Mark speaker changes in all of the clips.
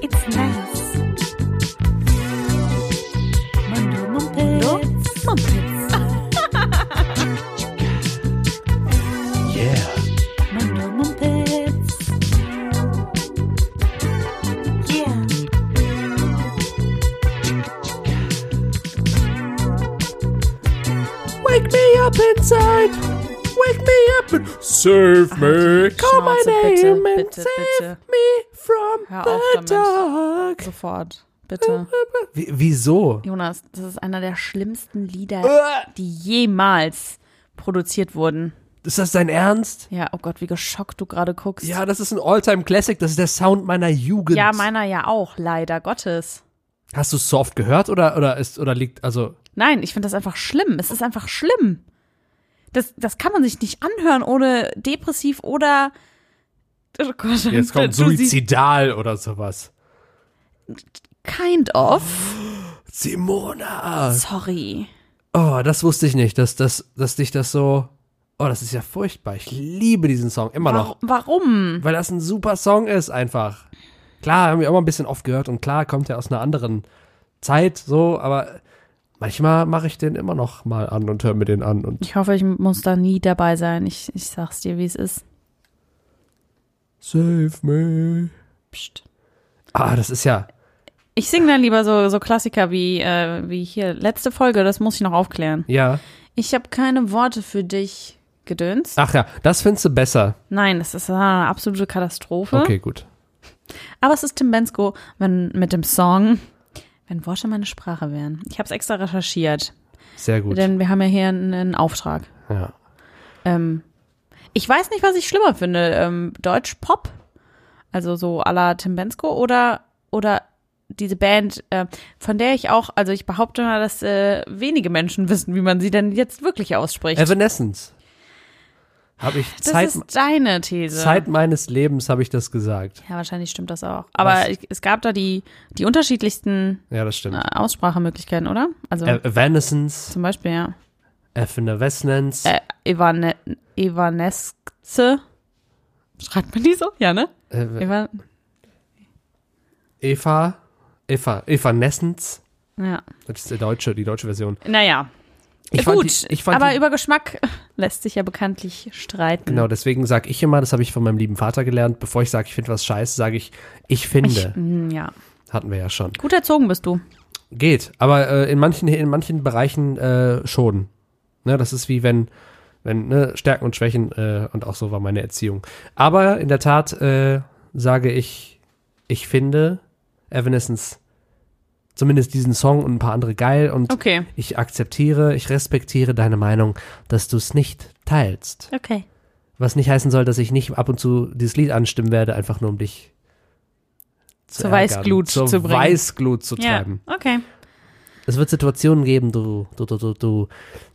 Speaker 1: It's nice. Mundo Mumpitz. Mumpitz.
Speaker 2: Yeah.
Speaker 1: Mundo Mumpitz. Yeah.
Speaker 3: Wake me up inside. Wake me up and serve me.
Speaker 4: Ach,
Speaker 3: Call my
Speaker 4: Schnauze, bitte,
Speaker 3: name and
Speaker 4: bitte,
Speaker 3: save
Speaker 4: bitte.
Speaker 3: me from
Speaker 4: Hör
Speaker 3: the
Speaker 4: auf damit.
Speaker 3: dark.
Speaker 4: Sofort, bitte.
Speaker 2: Wie- wieso?
Speaker 4: Jonas, das ist einer der schlimmsten
Speaker 2: Äh.
Speaker 4: Lieder, die jemals produziert wurden.
Speaker 2: Ist das dein Ernst?
Speaker 4: Ja, oh Gott, wie geschockt du gerade guckst.
Speaker 2: Ja, das ist ein Alltime classic Das ist der Sound meiner Jugend.
Speaker 4: ja, meiner ja auch, leider Gottes.
Speaker 2: Hast du Soft gehört oder, oder, ist, oder liegt, also,
Speaker 4: Nein, ich finde das einfach schlimm. Es ist einfach schlimm. Das, das kann man sich nicht anhören ohne depressiv oder. Oh Gott,
Speaker 2: jetzt kommt
Speaker 4: du siehst-
Speaker 2: suizidal oder sowas.
Speaker 4: Kind of.
Speaker 2: Simona!
Speaker 4: Sorry.
Speaker 2: Oh, das wusste ich nicht, dass, dass, dass dich das so. Oh, das ist ja furchtbar. Ich liebe diesen Song immer noch.
Speaker 4: Wa- Warum?
Speaker 2: Weil das ein super Song ist, einfach. Klar, haben wir auch mal ein bisschen oft gehört und klar kommt er aus einer anderen Zeit, so, aber manchmal mache ich den immer noch mal an und höre mir den an. Und
Speaker 4: Ich hoffe, ich muss da nie dabei sein. Ich, ich sag's dir, wie es ist.
Speaker 2: Save me.
Speaker 4: Psst.
Speaker 2: Ah, das ist ja.
Speaker 4: Ich singe dann lieber so, so Klassiker wie, äh, wie hier letzte Folge, das muss ich noch aufklären.
Speaker 2: Ja.
Speaker 4: Ich habe keine Worte für dich gedönst.
Speaker 2: Ach ja, das findest du besser.
Speaker 4: Nein, das ist eine absolute Katastrophe.
Speaker 2: Okay, gut.
Speaker 4: Aber es ist Tim Bensko wenn, mit dem Song Wenn Worte meine Sprache wären. Ich habe es extra recherchiert,
Speaker 2: Sehr gut.
Speaker 4: denn wir haben ja hier einen Auftrag.
Speaker 2: Ja.
Speaker 4: Ähm, ich weiß nicht, was ich schlimmer finde. Ähm, Deutsch-Pop, also so à la Tim Bensko oder, oder diese Band, äh, von der ich auch, also ich behaupte mal, dass äh, wenige Menschen wissen, wie man sie denn jetzt wirklich ausspricht.
Speaker 2: Evanescence. Habe ich
Speaker 4: das
Speaker 2: Also Zeit,
Speaker 4: ist deine These.
Speaker 2: Zeit meines Lebens, habe ich das gesagt.
Speaker 4: ja, wahrscheinlich stimmt das auch. Aber
Speaker 2: Was?
Speaker 4: ich, es gab da die, die unterschiedlichsten
Speaker 2: Ja, das stimmt.
Speaker 4: äh, Aussprachemöglichkeiten, oder? Also
Speaker 2: Ev- Evanescence,
Speaker 4: zum Beispiel, ja.
Speaker 2: Evanescence.
Speaker 4: Äh, Evane Evanesce. Schreibt man die so? Ja, ne?
Speaker 2: Ev-
Speaker 4: Evan
Speaker 2: äh, Eva, Eva, Evanescence.
Speaker 4: ja.
Speaker 2: Das ist der deutsche, die deutsche Version.
Speaker 4: Naja.
Speaker 2: Ich fand
Speaker 4: Gut,
Speaker 2: die- ich fand
Speaker 4: aber
Speaker 2: die-
Speaker 4: über Geschmack lässt sich ja bekanntlich streiten.
Speaker 2: Genau, deswegen sage ich immer, das habe ich von meinem lieben Vater gelernt, bevor ich sage, ich finde was scheiße, sage ich, ich
Speaker 4: Ich,
Speaker 2: finde.
Speaker 4: mm, ja.
Speaker 2: Hatten wir ja schon.
Speaker 4: Gut erzogen bist du.
Speaker 2: Geht, aber äh, in, manchen, in manchen Bereichen äh, schon. Ne, das ist wie wenn, wenn ne, Stärken und Schwächen äh, und auch so war meine Erziehung. Aber in der Tat äh, sage ich, ich finde Evanescence, zumindest diesen Song und ein paar andere geil und
Speaker 4: Okay.
Speaker 2: ich akzeptiere, ich respektiere deine Meinung, dass du es nicht teilst.
Speaker 4: Okay.
Speaker 2: Was nicht heißen soll, dass ich nicht ab und zu dieses Lied anstimmen werde, einfach nur um dich zu
Speaker 4: Zur
Speaker 2: ärgern,
Speaker 4: Weißglut
Speaker 2: zur
Speaker 4: zu bringen.
Speaker 2: Weißglut zu
Speaker 4: Ja.
Speaker 2: treiben.
Speaker 4: Okay.
Speaker 2: Es wird Situationen geben, du, du, du, du, du,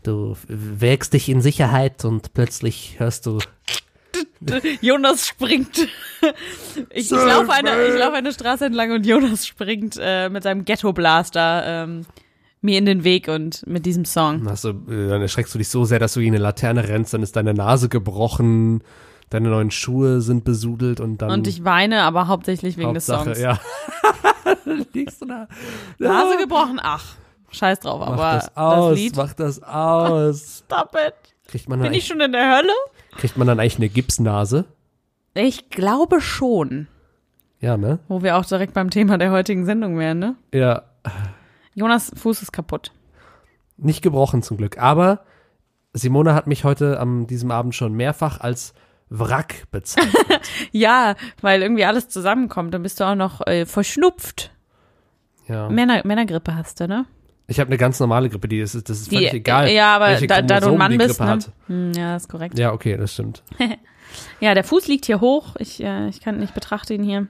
Speaker 2: du wägst dich in Sicherheit und plötzlich hörst du.
Speaker 4: Jonas springt. Ich, ich laufe eine, ich laufe eine Straße entlang und Jonas springt äh, mit seinem Ghetto-Blaster ähm, mir in den Weg und mit diesem Song.
Speaker 2: Hast du, äh, dann erschreckst du dich so sehr, dass du gegen eine Laterne rennst, dann ist deine Nase gebrochen, deine neuen Schuhe sind besudelt und dann.
Speaker 4: Und ich weine, aber hauptsächlich wegen
Speaker 2: Hauptsache,
Speaker 4: des Songs.
Speaker 2: ja. Dann liegst du da.
Speaker 4: Nase gebrochen, ach. Scheiß drauf,
Speaker 2: Äh. Mach
Speaker 4: aber
Speaker 2: das aus,
Speaker 4: das Lied.
Speaker 2: mach das aus.
Speaker 4: Stop it.
Speaker 2: Kriegt man, dann
Speaker 4: Bin ich
Speaker 2: eigentlich,
Speaker 4: schon in der Hölle?
Speaker 2: kriegt man dann eigentlich eine Gipsnase?
Speaker 4: Ich glaube schon.
Speaker 2: Ja, ne?
Speaker 4: Wo wir auch direkt beim Thema der heutigen Sendung wären, ne?
Speaker 2: Ja.
Speaker 4: Jonas Fuß ist kaputt.
Speaker 2: Nicht gebrochen zum Glück. Aber Simone hat mich heute an diesem Abend schon mehrfach als Wrack bezeichnet.
Speaker 4: Ja, weil irgendwie alles zusammenkommt. Dann bist du auch noch äh, verschnupft.
Speaker 2: Ja.
Speaker 4: Männer, Männergrippe hast du, ne?
Speaker 2: Ich habe eine ganz normale Grippe, die ist, das ist völlig egal.
Speaker 4: Ja, aber
Speaker 2: welche
Speaker 4: da, da du
Speaker 2: Chromosomen
Speaker 4: ein Mann
Speaker 2: die
Speaker 4: bist,
Speaker 2: Grippe
Speaker 4: ne?
Speaker 2: hat.
Speaker 4: Hm, ja, ist korrekt. Ja.
Speaker 2: Ja, okay, das stimmt.
Speaker 4: der Fuß liegt hier hoch. Ich, äh, ich kann nicht betrachte ihn hier.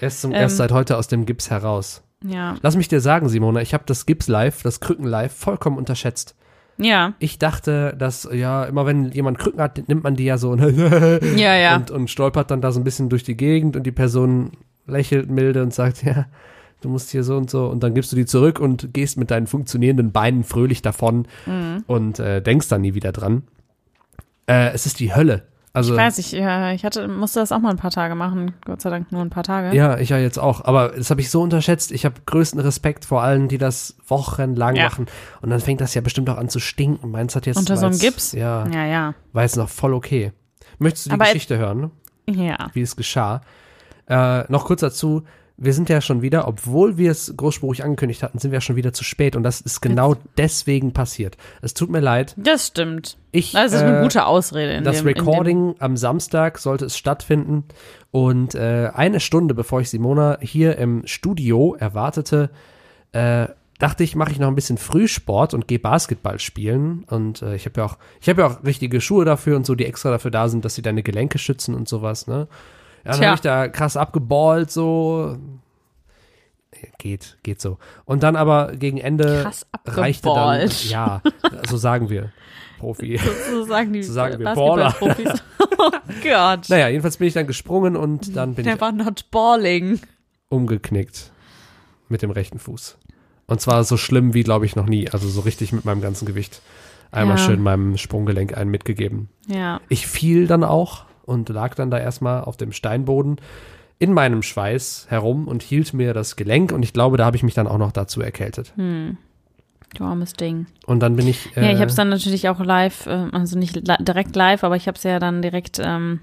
Speaker 2: Er ist zum
Speaker 4: Ähm.
Speaker 2: erst seit heute aus dem Gips heraus.
Speaker 4: Ja.
Speaker 2: Lass mich dir sagen, Simone, ich habe das Gips live, das Krücken live vollkommen unterschätzt.
Speaker 4: Ja.
Speaker 2: Ich dachte, dass ja immer wenn jemand Krücken hat, nimmt man die ja so und
Speaker 4: Ah, Ja, ja.
Speaker 2: und, und stolpert dann da so ein bisschen durch die Gegend und die Person lächelt milde und sagt, ja, du musst hier so und so und dann gibst du die zurück und gehst mit deinen funktionierenden Beinen fröhlich davon
Speaker 4: Mhm.
Speaker 2: und äh, denkst dann nie wieder dran. Äh, es ist die Hölle. Also
Speaker 4: Ich weiß, ich, ja, ich hatte, musste das auch mal ein paar Tage machen. Gott sei Dank nur ein paar Tage.
Speaker 2: ja, ich ja jetzt auch, aber das habe ich so unterschätzt. Ich habe größten Respekt vor allen, die das wochenlang
Speaker 4: Ja.
Speaker 2: machen und dann fängt das ja bestimmt auch an zu stinken. Meins hat jetzt
Speaker 4: Unter so einem
Speaker 2: weil's-
Speaker 4: Gips?
Speaker 2: Ja,
Speaker 4: Ja, ja.
Speaker 2: war jetzt noch voll okay. Möchtest du die
Speaker 4: Aber-
Speaker 2: Geschichte hören? ne?
Speaker 4: Ja.
Speaker 2: wie es geschah. Äh, noch kurz dazu, wir sind ja schon wieder, obwohl wir es großspurig angekündigt hatten, sind wir schon wieder zu spät und das ist genau deswegen passiert. Es tut mir leid.
Speaker 4: Das stimmt.
Speaker 2: Ich,
Speaker 4: Das ist eine
Speaker 2: äh,
Speaker 4: gute Ausrede. In
Speaker 2: das
Speaker 4: dem, In
Speaker 2: Recording am Samstag sollte es stattfinden und äh, eine Stunde bevor ich Simona hier im Studio erwartete, äh, dachte ich, mache ich noch ein bisschen Frühsport und gehe Basketball spielen und äh, ich habe ja auch ich habe ja auch richtige Schuhe dafür und so, die extra dafür da sind, dass sie deine Gelenke schützen und sowas, ne? Ja, dann
Speaker 4: Tja.
Speaker 2: habe ich da krass abgeballt so geht, geht so. Und dann aber gegen Ende
Speaker 4: Krass
Speaker 2: äh, reichte dann
Speaker 4: abgeballt.
Speaker 2: ja, so sagen wir Profi.
Speaker 4: dem, so sagen die
Speaker 2: so sagen wir
Speaker 4: Basketballprofis. oh Gott.
Speaker 2: Naja, jedenfalls bin ich dann gesprungen und dann bin
Speaker 4: Der
Speaker 2: ich
Speaker 4: war not balling.
Speaker 2: umgeknickt mit dem rechten Fuß. Und zwar so schlimm wie, glaube ich, noch nie. Also so richtig mit meinem ganzen Gewicht. Einmal
Speaker 4: Ja.
Speaker 2: schön meinem Sprunggelenk einen mitgegeben.
Speaker 4: Ja.
Speaker 2: Ich fiel dann auch und lag dann da erstmal auf dem Steinboden in meinem Schweiß herum und hielt mir das Gelenk und ich glaube, da habe ich mich dann auch noch dazu erkältet.
Speaker 4: Du armes Ding.
Speaker 2: Und dann bin ich. Äh,
Speaker 4: Hm. ja, ich habe es dann natürlich auch live, äh, also nicht li direkt live, aber ich habe es ja dann direkt ähm,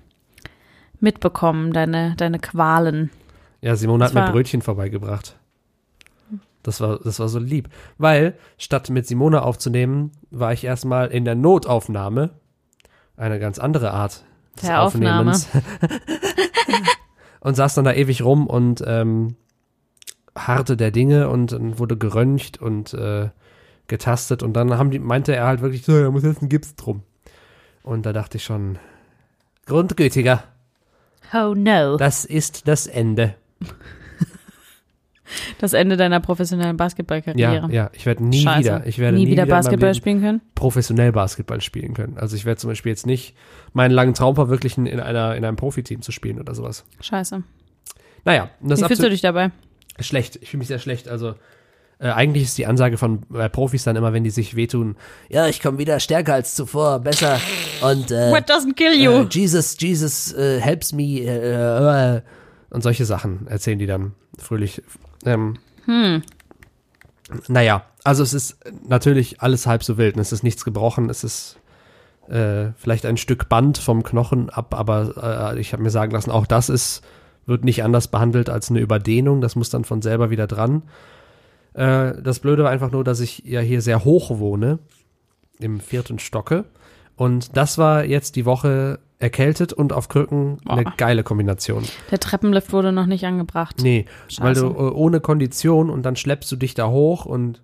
Speaker 4: mitbekommen, deine, deine Qualen.
Speaker 2: Ja, Simone hat
Speaker 4: Das
Speaker 2: mir
Speaker 4: war-
Speaker 2: Brötchen vorbeigebracht. Das war, das war so lieb. Weil, statt mit Simone aufzunehmen, war ich erstmal in der Notaufnahme. Eine ganz andere Art des
Speaker 4: Der Aufnahme.
Speaker 2: Aufnehmens. und saß dann da ewig rum und ähm, harte der Dinge und, dann wurde geröntgt und äh, getastet. Und dann haben die, meinte er halt wirklich, so, da muss jetzt ein Gips drum. Und da dachte ich schon, Grundgütiger,
Speaker 4: Oh no.
Speaker 2: das ist das Ende.
Speaker 4: Das Ende deiner professionellen
Speaker 2: Ja,
Speaker 4: Basketballkarriere.
Speaker 2: ja, ich werde nie
Speaker 4: Scheiße.
Speaker 2: wieder, ich werde
Speaker 4: nie wieder,
Speaker 2: in meinem
Speaker 4: Basketball
Speaker 2: Leben
Speaker 4: spielen können.
Speaker 2: professionell Basketball spielen können. Also ich werde zum Beispiel jetzt nicht meinen langen Traum verwirklichen, in einer in einem Profiteam zu spielen oder sowas.
Speaker 4: Scheiße.
Speaker 2: Naja, um das
Speaker 4: Wie
Speaker 2: ist
Speaker 4: fühlst du
Speaker 2: absolut
Speaker 4: dich dabei?
Speaker 2: schlecht. Ich fühle mich sehr schlecht. Also äh, eigentlich ist die Ansage von äh, Profis dann immer, wenn die sich wehtun, ja, ich komme wieder stärker als zuvor, besser und äh,
Speaker 4: What doesn't kill
Speaker 2: äh,
Speaker 4: you?
Speaker 2: Jesus, Jesus äh, helps me äh, äh, und solche Sachen erzählen die dann fröhlich. Ähm,
Speaker 4: Hm,
Speaker 2: Naja, also es ist natürlich alles halb so wild. und Es ist nichts gebrochen, es ist äh, vielleicht ein Stück Band vom Knochen ab, aber äh, ich habe mir sagen lassen, auch das ist wird nicht anders behandelt als eine Überdehnung. Das muss dann von selber wieder dran. Äh, das Blöde war einfach nur, dass ich ja hier sehr hoch wohne im vierten Stocke. Und das war jetzt die Woche erkältet und auf Krücken eine
Speaker 4: Boah.
Speaker 2: geile Kombination.
Speaker 4: Der Treppenlift wurde noch nicht angebracht.
Speaker 2: Nee, weil
Speaker 4: Scheiße.
Speaker 2: du äh, ohne Kondition und dann schleppst du dich da hoch und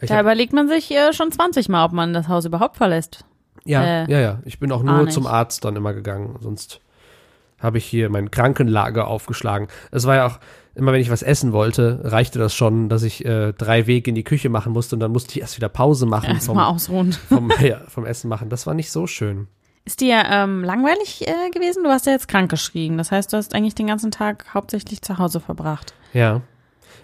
Speaker 2: ich
Speaker 4: da
Speaker 2: hab,
Speaker 4: überlegt man sich äh, schon 20 Mal, ob man das Haus überhaupt verlässt.
Speaker 2: ja,
Speaker 4: äh,
Speaker 2: ja, ja. Ich bin auch
Speaker 4: gar
Speaker 2: nur
Speaker 4: nicht.
Speaker 2: zum Arzt dann immer gegangen, sonst habe ich hier mein Krankenlager aufgeschlagen. Es war ja auch immer, wenn ich was essen wollte, reichte das schon, dass ich äh, drei Wege in die Küche machen musste und dann musste ich erst wieder Pause machen
Speaker 4: Erstmal
Speaker 2: vom,
Speaker 4: ausruhen.
Speaker 2: vom, ja, vom Essen machen. Das war nicht so schön.
Speaker 4: Ist dir ähm, langweilig äh, gewesen? Du hast ja jetzt krank geschrieben. Das heißt, du hast eigentlich den ganzen Tag hauptsächlich zu Hause verbracht.
Speaker 2: Ja.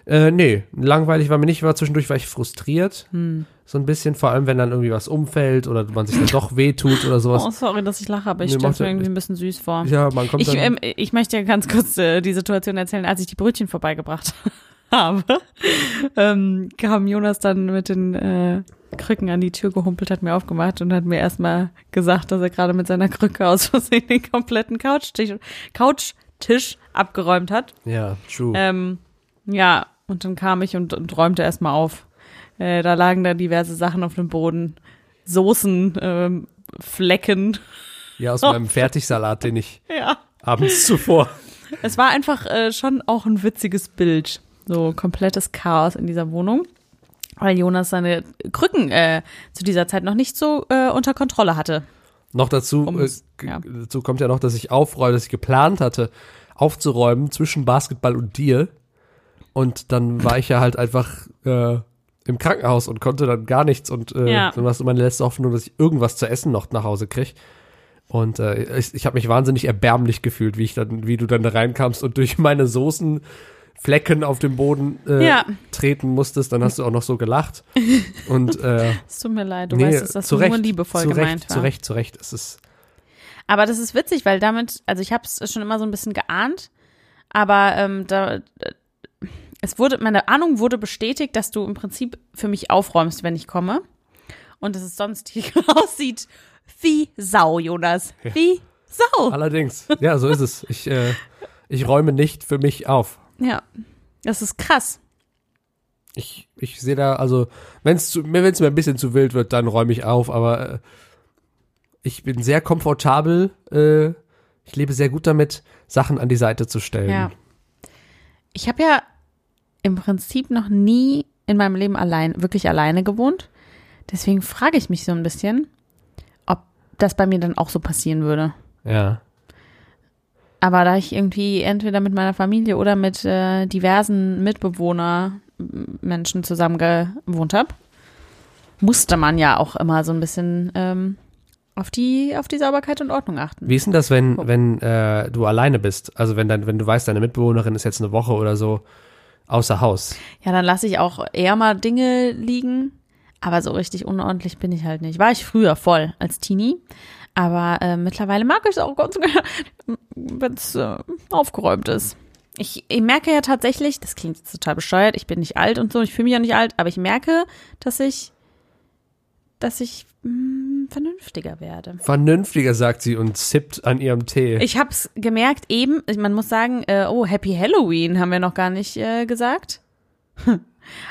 Speaker 2: Äh, nee, langweilig war mir nicht, war zwischendurch war ich frustriert.
Speaker 4: Hm.
Speaker 2: So ein bisschen, vor allem wenn dann irgendwie was umfällt oder man sich dann doch wehtut oder sowas.
Speaker 4: Oh, sorry, dass ich lache, aber ich
Speaker 2: Nee,
Speaker 4: stelle
Speaker 2: macht
Speaker 4: es mir
Speaker 2: ja
Speaker 4: irgendwie
Speaker 2: nicht.
Speaker 4: ein bisschen süß vor.
Speaker 2: Ja, man kommt
Speaker 4: ich,
Speaker 2: dann.
Speaker 4: ähm, ich möchte ganz kurz äh, die Situation erzählen, als ich die Brötchen vorbeigebracht habe, ähm, kam Jonas dann mit den äh, Krücken an die Tür gehumpelt, hat mir aufgemacht und hat mir erstmal gesagt, dass er gerade mit seiner Krücke aus Versehen den kompletten Couchtisch, Couchtisch abgeräumt hat.
Speaker 2: ja, true.
Speaker 4: Ähm, ja, und dann kam ich und, und räumte erstmal auf. Äh, da lagen dann diverse Sachen auf dem Boden, Soßen, ähm, Flecken.
Speaker 2: ja, aus meinem Fertigsalat, den ich
Speaker 4: Ja.
Speaker 2: abends zuvor.
Speaker 4: Es war einfach äh, schon auch ein witziges Bild. So komplettes Chaos in dieser Wohnung, weil Jonas seine Krücken äh, zu dieser Zeit noch nicht so äh, unter Kontrolle hatte.
Speaker 2: Noch dazu,
Speaker 4: Um
Speaker 2: äh,
Speaker 4: es-
Speaker 2: g-
Speaker 4: ja.
Speaker 2: dazu kommt ja noch, dass ich aufräume, dass ich geplant hatte, aufzuräumen zwischen Basketball und dir. Und dann war ich ja halt einfach äh, im Krankenhaus und konnte dann gar nichts. Und äh,
Speaker 4: Ja.
Speaker 2: dann war es meine letzte Hoffnung, dass ich irgendwas zu essen noch nach Hause kriege. Und äh, ich, ich habe mich wahnsinnig erbärmlich gefühlt, wie ich dann, wie du dann da reinkamst und durch meine Soßen Flecken auf dem Boden äh,
Speaker 4: Ja.
Speaker 2: treten musstest, dann hast du auch noch so gelacht. Und äh,
Speaker 4: Es tut mir leid, du
Speaker 2: nee,
Speaker 4: weißt, dass das
Speaker 2: zu Recht,
Speaker 4: nur liebevoll
Speaker 2: zu Recht,
Speaker 4: gemeint war.
Speaker 2: Zu Recht, zu Recht. Es ist,
Speaker 4: Aber das ist witzig, weil damit, also ich habe es schon immer so ein bisschen geahnt, aber ähm, da, es wurde, meine Ahnung wurde bestätigt, dass du im Prinzip für mich aufräumst, wenn ich komme. Und dass es sonst hier aussieht wie Sau, Jonas. Wie Sau.
Speaker 2: allerdings, ja, so ist es. Ich, äh, ich räume nicht für mich auf.
Speaker 4: Ja. Das ist krass.
Speaker 2: Ich, ich sehe da, also, wenn es mir wenn's mir ein bisschen zu wild wird, dann räume ich auf, aber äh, ich bin sehr komfortabel, äh, ich lebe sehr gut damit, Sachen an die Seite zu stellen.
Speaker 4: Ja. Ich habe ja im Prinzip noch nie in meinem Leben allein, wirklich alleine gewohnt. Deswegen frage ich mich so ein bisschen, ob das bei mir dann auch so passieren würde.
Speaker 2: ja.
Speaker 4: Aber da ich irgendwie entweder mit meiner Familie oder mit äh, diversen Mitbewohner-Menschen zusammen gewohnt habe, musste man ja auch immer so ein bisschen ähm, auf, die, auf die Sauberkeit und Ordnung achten.
Speaker 2: Wie ist denn das, wenn,
Speaker 4: Oh.
Speaker 2: wenn äh, du alleine bist? Also wenn dann, wenn du weißt, deine Mitbewohnerin ist jetzt eine Woche oder so außer Haus.
Speaker 4: Ja, dann lasse ich auch eher mal Dinge liegen. Aber so richtig unordentlich bin ich halt nicht. War ich früher voll als Teenie. Aber äh, mittlerweile mag ich es auch ganz gerne, wenn es äh, aufgeräumt ist. Ich, ich merke ja tatsächlich, das klingt jetzt total bescheuert, ich bin nicht alt und so, ich fühle mich ja nicht alt, aber ich merke, dass ich, dass ich mh, vernünftiger werde.
Speaker 2: Vernünftiger, sagt sie und zippt an ihrem Tee.
Speaker 4: Ich habe es gemerkt eben, ich- man muss sagen, äh, oh, Happy Halloween haben wir noch gar nicht äh, gesagt.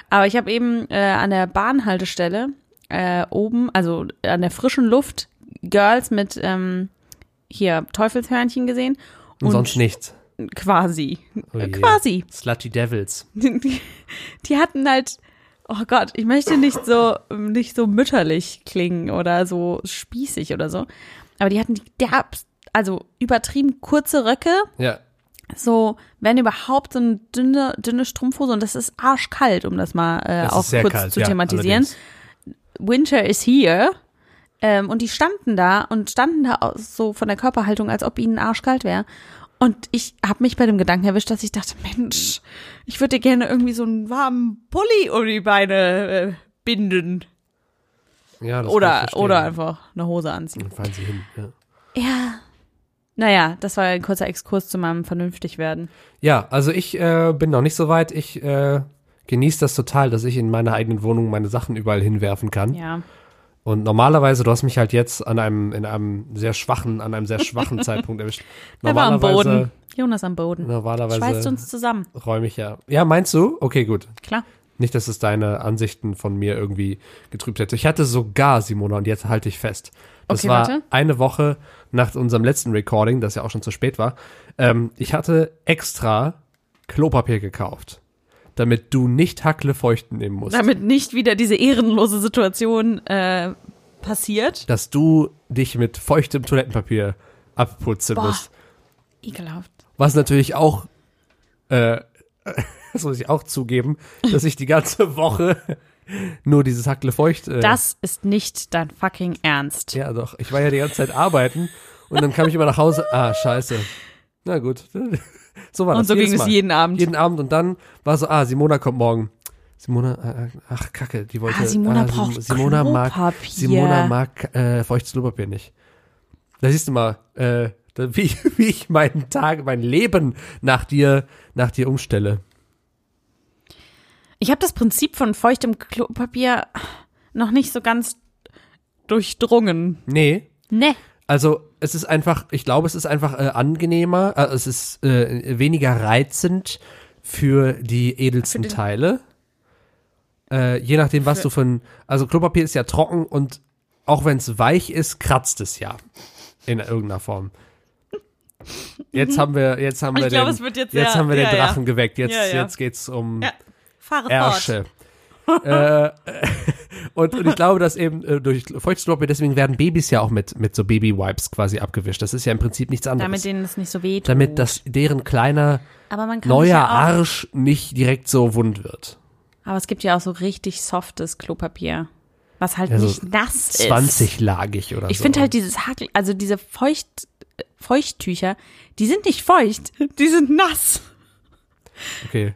Speaker 4: Aber ich habe eben äh, an der Bahnhaltestelle äh, oben, also an der frischen Luft, Girls mit ähm, hier Teufelshörnchen gesehen.
Speaker 2: und sonst nichts.
Speaker 4: quasi.
Speaker 2: Oh je.
Speaker 4: quasi.
Speaker 2: Slutty Devils.
Speaker 4: Die, die hatten halt, oh Gott, ich möchte nicht so, nicht so mütterlich klingen oder so spießig oder so. Aber die hatten die derbst, also übertrieben kurze Röcke
Speaker 2: Ja.
Speaker 4: Äh, so, wenn überhaupt, so eine dünne, dünne Strumpfhose und das ist arschkalt, um das mal äh,
Speaker 2: Das
Speaker 4: auch
Speaker 2: ist sehr
Speaker 4: kurz
Speaker 2: kalt.
Speaker 4: zu
Speaker 2: ja,
Speaker 4: thematisieren.
Speaker 2: allerdings.
Speaker 4: Winter is here. Ähm, und die standen da und standen da aus- so von der Körperhaltung, als ob ihnen arschkalt wäre. Und ich habe mich bei dem Gedanken erwischt, dass ich dachte, Mensch, ich würde dir gerne irgendwie so einen warmen Pulli um die Beine äh, binden.
Speaker 2: Ja, das kann ich
Speaker 4: Oder,
Speaker 2: verstehen.
Speaker 4: oder einfach eine Hose anziehen.
Speaker 2: Dann fahren sie hin. Ja.
Speaker 4: Ja. Naja, das war ein kurzer Exkurs zu meinem Vernünftigwerden.
Speaker 2: Ja, also ich äh, bin noch nicht so weit. Ich äh, genieße das total, dass ich in meiner eigenen Wohnung meine Sachen überall hinwerfen kann.
Speaker 4: Ja.
Speaker 2: Und normalerweise, du hast mich halt jetzt an einem, in einem sehr schwachen, an einem sehr schwachen Zeitpunkt erwischt.
Speaker 4: Er war am
Speaker 2: Normalerweise-
Speaker 4: Boden. Jonas am Boden. Schweißt
Speaker 2: Normalerweise
Speaker 4: uns zusammen,
Speaker 2: räume ich ja. Ja, meinst du? Okay, gut.
Speaker 4: klar.
Speaker 2: Nicht, dass es deine Ansichten von mir irgendwie getrübt hätte. Ich hatte sogar, Simona, und jetzt halte ich fest. Das
Speaker 4: Okay,
Speaker 2: war
Speaker 4: warte.
Speaker 2: eine Woche nach unserem letzten Recording, das ja auch schon zu spät war. Ähm, ich hatte extra Klopapier gekauft, damit du nicht Hackle feuchten nehmen musst.
Speaker 4: Damit nicht wieder diese ehrenlose Situation äh, passiert.
Speaker 2: dass du dich mit feuchtem Toilettenpapier abputzen
Speaker 4: Boah.
Speaker 2: musst.
Speaker 4: Ekelhaft.
Speaker 2: Was natürlich auch, äh, das muss ich auch zugeben, dass ich die ganze Woche nur dieses Hackle feucht. Äh,
Speaker 4: Das ist nicht dein fucking Ernst.
Speaker 2: Ja, doch. Ich war ja die ganze Zeit arbeiten und dann kam ich immer nach Hause. Ah, scheiße. Na gut. So war das.
Speaker 4: Und so
Speaker 2: jedes
Speaker 4: ging es
Speaker 2: Mal.
Speaker 4: jeden Abend.
Speaker 2: Jeden Abend und dann war so, ah, Simona kommt morgen. Simona, äh, ach Kacke, die wollte.
Speaker 4: Ah, Simona
Speaker 2: Sim-
Speaker 4: braucht
Speaker 2: Also, Simona mag,
Speaker 4: Klopapier.
Speaker 2: Simona mag äh, feuchtes Klopapier nicht. Da siehst du mal, äh, da, wie, ich- wie ich meinen Tag, mein Leben nach dir, nach dir umstelle.
Speaker 4: Ich habe das Prinzip von feuchtem Klopapier noch nicht so ganz durchdrungen.
Speaker 2: Nee,
Speaker 4: Ne.
Speaker 2: Also es ist einfach, ich glaube, es ist einfach äh, angenehmer, äh, es ist äh, weniger reizend für die edelsten
Speaker 4: Für den-
Speaker 2: Teile. Äh, je nachdem, was du von, also Klopapier ist ja trocken und auch wenn es weich ist, kratzt es ja in irgendeiner Form. Jetzt haben wir, jetzt haben
Speaker 4: Mhm. Ich
Speaker 2: wir
Speaker 4: glaube,
Speaker 2: den,
Speaker 4: es wird jetzt
Speaker 2: jetzt
Speaker 4: sehr-
Speaker 2: haben wir den
Speaker 4: ja, ja.
Speaker 2: Drachen geweckt. Jetzt,
Speaker 4: Ja, ja.
Speaker 2: jetzt geht's um
Speaker 4: Ja. Fahre fort.
Speaker 2: Ärsche. äh, und, und ich glaube, dass eben äh, durch Feuchtstrophe, deswegen werden Babys ja auch mit, mit so Baby-Wipes quasi abgewischt. Das ist ja im Prinzip nichts anderes.
Speaker 4: Damit denen es nicht so weht.
Speaker 2: Damit das, deren kleiner
Speaker 4: Aber man kann sich
Speaker 2: neuer
Speaker 4: ja auch,
Speaker 2: Arsch nicht direkt so wund wird.
Speaker 4: Aber es gibt ja auch so richtig softes Klopapier, was halt
Speaker 2: Also
Speaker 4: nicht nass ist.
Speaker 2: 20-lagig oder so.
Speaker 4: Ich finde halt dieses Hakel, also diese Feucht, Feuchttücher, die sind nicht feucht, die sind nass.
Speaker 2: Okay.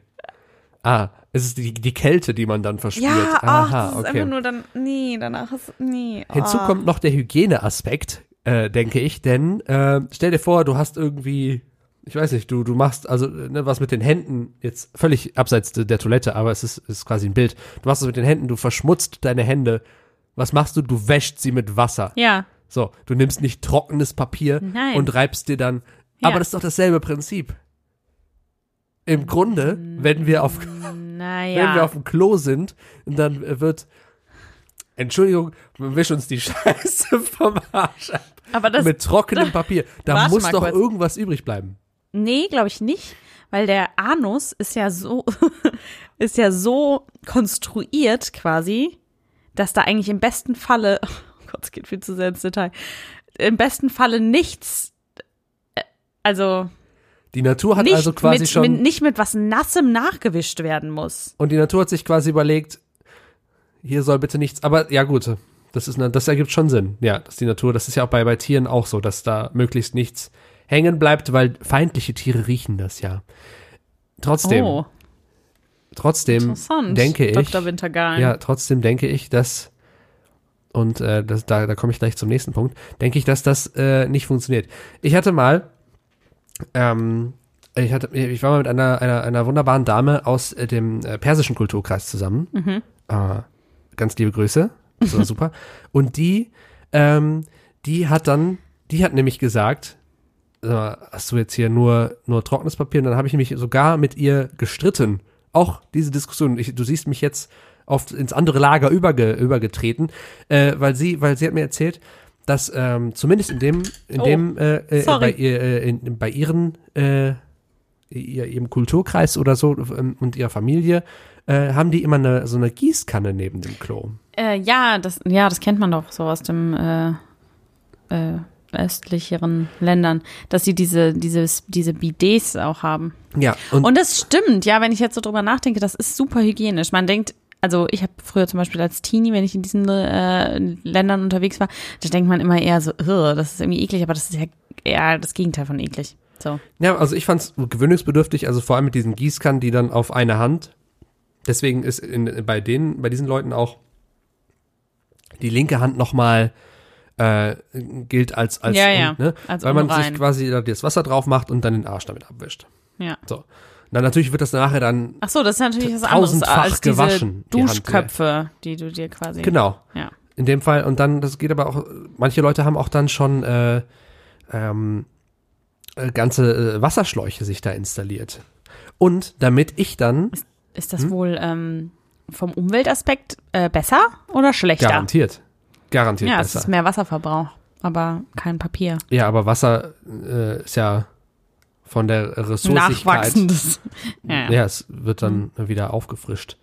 Speaker 2: Ah, es ist die, die Kälte, die man dann verspürt.
Speaker 4: Ja, ach,
Speaker 2: Aha,
Speaker 4: das ist
Speaker 2: okay.
Speaker 4: einfach nur dann, nee, danach ist, nee. Oh.
Speaker 2: Hinzu kommt noch der Hygieneaspekt, äh, denke ich, denn äh, stell dir vor, du hast irgendwie, ich weiß nicht, du, du machst also äh, ne, was mit den Händen, jetzt völlig abseits de- der Toilette, aber es ist, ist quasi ein Bild. Du machst es mit den Händen, du verschmutzt deine Hände. Was machst du? Du wäschst sie mit Wasser.
Speaker 4: Ja,
Speaker 2: So, du nimmst nicht trockenes Papier
Speaker 4: Nein.
Speaker 2: und reibst dir dann.
Speaker 4: Ja.
Speaker 2: Aber das ist doch dasselbe Prinzip. Im Grunde,
Speaker 4: Hm.
Speaker 2: wenn wir auf, wenn wir
Speaker 4: naja.
Speaker 2: auf dem Klo sind, dann äh, wird. Entschuldigung, wir wischen uns die Scheiße vom Arsch ab.
Speaker 4: Aber das,
Speaker 2: mit trockenem Papier. Da
Speaker 4: Warte
Speaker 2: muss
Speaker 4: mal
Speaker 2: doch
Speaker 4: kurz.
Speaker 2: irgendwas übrig bleiben.
Speaker 4: nee, glaube ich nicht, weil der Anus ist ja so, ist ja so konstruiert quasi, dass da eigentlich im besten Falle, oh Gott, es geht viel zu sehr ins Detail, im besten Falle nichts, äh, also
Speaker 2: Die Natur hat
Speaker 4: nicht,
Speaker 2: also quasi
Speaker 4: mit,
Speaker 2: schon.
Speaker 4: mit, nicht mit was Nassem nachgewischt werden muss.
Speaker 2: und die Natur hat sich quasi überlegt, hier soll bitte nichts. Aber ja, gut, das, ist, ne- das ergibt schon Sinn. Ja, dass die Natur, das ist ja auch bei, bei Tieren auch so, dass da möglichst nichts hängen bleibt, weil feindliche Tiere riechen das ja. Trotzdem,
Speaker 4: oh,
Speaker 2: trotzdem
Speaker 4: interessant,
Speaker 2: Hm. denke ich.
Speaker 4: Dr. Wintergalen.
Speaker 2: Ja, trotzdem denke ich, dass, und äh, das, da, da komme ich gleich zum nächsten Punkt, denke ich, dass das äh, nicht funktioniert. Ich hatte mal, ähm, ich, hatte, ich war mal mit einer, einer, einer wunderbaren Dame aus äh, dem äh, persischen Kulturkreis zusammen. Äh, ganz liebe Grüße, das war super. Und die, ähm, die hat dann, die hat nämlich gesagt, sag mal, hast du jetzt hier nur, nur trockenes Papier? Und dann habe ich nämlich sogar mit ihr gestritten. Auch diese Diskussion. Ich, du siehst mich jetzt oft ins andere Lager überge, übergetreten, äh, weil sie, weil sie hat mir erzählt, dass ähm, zumindest in dem, in
Speaker 4: Oh,
Speaker 2: dem, äh, äh,
Speaker 4: sorry.
Speaker 2: bei, ihr, äh, in, in, bei ihren, äh, ihr, ihrem Kulturkreis oder so ähm, und ihrer Familie, äh, haben die immer eine, so eine Gießkanne neben dem Klo.
Speaker 4: Äh, ja, das, ja, das kennt man doch so aus dem äh, äh, östlicheren Ländern, dass sie diese, dieses, diese Bidets auch haben.
Speaker 2: Ja,
Speaker 4: Und das stimmt, ja, wenn ich jetzt so drüber nachdenke, das ist super hygienisch. Man denkt, also ich habe früher zum Beispiel als Teenie, wenn ich in diesen äh, Ländern unterwegs war, da denkt man immer eher so, "Ugh, das ist irgendwie eklig, aber das ist ja eher das Gegenteil von eklig. So.
Speaker 2: Ja, also ich fand's gewöhnungsbedürftig, also vor allem mit diesen Gießkannen, die dann auf eine Hand. Deswegen ist in, bei denen, bei diesen Leuten auch die linke Hand nochmal äh, gilt als als,
Speaker 4: Ja, ja,
Speaker 2: ne?
Speaker 4: als
Speaker 2: weil man sich
Speaker 4: unrein.
Speaker 2: quasi da das Wasser drauf macht und dann den Arsch damit abwischt.
Speaker 4: Ja.
Speaker 2: So. Na, natürlich wird das nachher dann
Speaker 4: Ach so, das ist natürlich was anderes
Speaker 2: Tausendfach
Speaker 4: als diese
Speaker 2: gewaschen, die Hand, ja.
Speaker 4: Duschköpfe, die du dir quasi.
Speaker 2: genau.
Speaker 4: Ja.
Speaker 2: In dem Fall, und dann, das geht aber auch, manche Leute haben auch dann schon äh, ähm, äh, ganze äh, Wasserschläuche sich da installiert. Und damit ich dann
Speaker 4: Ist
Speaker 2: Hm?
Speaker 4: das wohl ähm, vom Umweltaspekt äh, besser oder schlechter?
Speaker 2: Garantiert. Garantiert
Speaker 4: ja, es
Speaker 2: besser.
Speaker 4: ist mehr Wasserverbrauch, aber kein Papier.
Speaker 2: ja, aber Wasser äh, ist ja von der Ressourcigkeit.
Speaker 4: Nachwachsendes. Ja,
Speaker 2: Ja.
Speaker 4: ja. Mhm.
Speaker 2: es wird dann wieder aufgefrischt.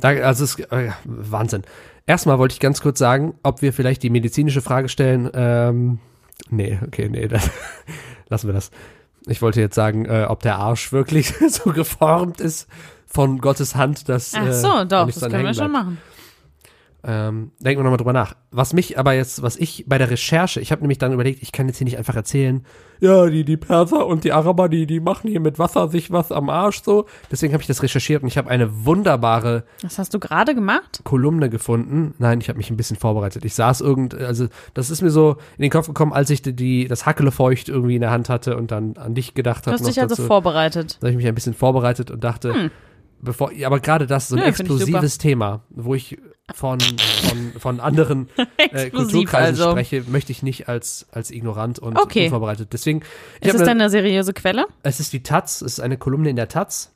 Speaker 2: Da, also es äh, Wahnsinn. Erstmal wollte ich ganz kurz sagen, ob wir vielleicht die medizinische Frage stellen. Ähm, nee, okay, nee, das, lassen wir das. Ich wollte jetzt sagen, äh, ob der Arsch wirklich so geformt ist von Gottes Hand, dass
Speaker 4: Ach
Speaker 2: äh,
Speaker 4: so,
Speaker 2: da
Speaker 4: doch,
Speaker 2: nichts
Speaker 4: das
Speaker 2: dran
Speaker 4: können wir
Speaker 2: hängen
Speaker 4: schon
Speaker 2: bleibt.
Speaker 4: machen.
Speaker 2: Ähm, denken wir nochmal drüber nach. Was mich aber jetzt, was ich bei der Recherche, ich habe nämlich dann überlegt, ich kann jetzt hier nicht einfach erzählen, ja, die, die Perser und die Araber, die, die machen hier mit Wasser sich was am Arsch so. Deswegen habe ich das recherchiert und ich habe eine wunderbare
Speaker 4: Das hast du gerade gemacht?
Speaker 2: Kolumne gefunden. Nein, ich habe mich ein bisschen vorbereitet. Ich saß irgend, also das ist mir so in den Kopf gekommen, als ich die, die das Hackelefeucht irgendwie in der Hand hatte und dann an dich gedacht
Speaker 4: Du
Speaker 2: habe.
Speaker 4: hast
Speaker 2: noch
Speaker 4: dich also
Speaker 2: dazu. äh,
Speaker 4: vorbereitet.
Speaker 2: Da habe ich mich ein bisschen vorbereitet und dachte, bevor, ja, aber gerade das, so ein
Speaker 4: Nö, find ich
Speaker 2: explosives Thema, wo ich von, von, von anderen äh,
Speaker 4: Explosiv
Speaker 2: Kulturkreisen
Speaker 4: also.
Speaker 2: spreche, möchte ich nicht als, als ignorant und
Speaker 4: Okay.
Speaker 2: unvorbereitet. Deswegen, ich hab
Speaker 4: Ist es
Speaker 2: mir-
Speaker 4: denn eine seriöse Quelle?
Speaker 2: es ist die Taz, es ist eine Kolumne in der Taz.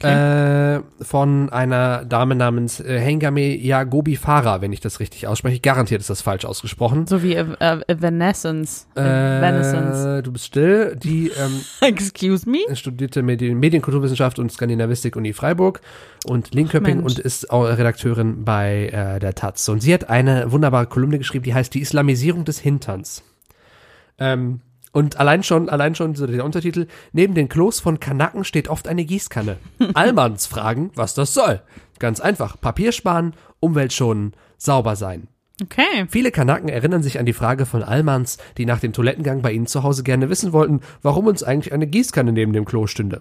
Speaker 2: Äh, von einer Dame namens äh, Hengame Yagobi Farah, wenn ich das richtig ausspreche. Garantiert ist das falsch ausgesprochen.
Speaker 4: So wie Ev- äh, Evanescence. Evanescence.
Speaker 2: Äh, du bist still. Die ähm,
Speaker 4: Excuse me?
Speaker 2: studierte Medi- Medienkulturwissenschaft und Skandinavistik Uni Freiburg und Linköping
Speaker 4: Mensch.
Speaker 2: und ist auch Redakteurin bei äh, der Taz. Und sie hat eine wunderbare Kolumne geschrieben, die heißt Die Islamisierung des Hinterns. Ähm, und allein schon, allein schon so der Untertitel, neben den Klos von Kanaken steht oft eine Gießkanne. Allmanns fragen, was das soll. Ganz einfach, Papier sparen, Umwelt schonen, sauber sein.
Speaker 4: Okay.
Speaker 2: Viele Kanaken erinnern sich an die Frage von Almans, die nach dem Toilettengang bei ihnen zu Hause gerne wissen wollten, warum uns eigentlich eine Gießkanne neben dem Klo stünde.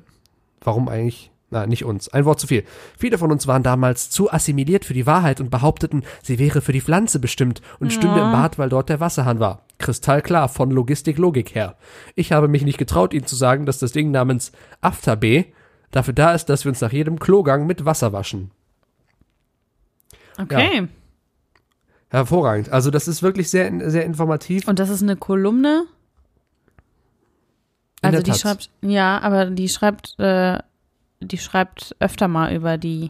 Speaker 2: Warum eigentlich? Na, nicht uns. Ein Wort zu viel. Viele von uns waren damals zu assimiliert für die Wahrheit und behaupteten, sie wäre für die Pflanze bestimmt und stünde im Bad, weil dort der Wasserhahn war. Kristallklar, von Logistik Logik her. Ich habe mich nicht getraut, ihnen zu sagen, dass das Ding namens Afterbee dafür da ist, dass wir uns nach jedem Klogang mit Wasser waschen.
Speaker 4: Okay.
Speaker 2: Hervorragend. Also das ist wirklich sehr, sehr informativ.
Speaker 4: Und das ist eine Kolumne.
Speaker 2: In
Speaker 4: Also
Speaker 2: der
Speaker 4: die
Speaker 2: Taz.
Speaker 4: schreibt, ja, aber die schreibt, äh, die schreibt öfter mal über die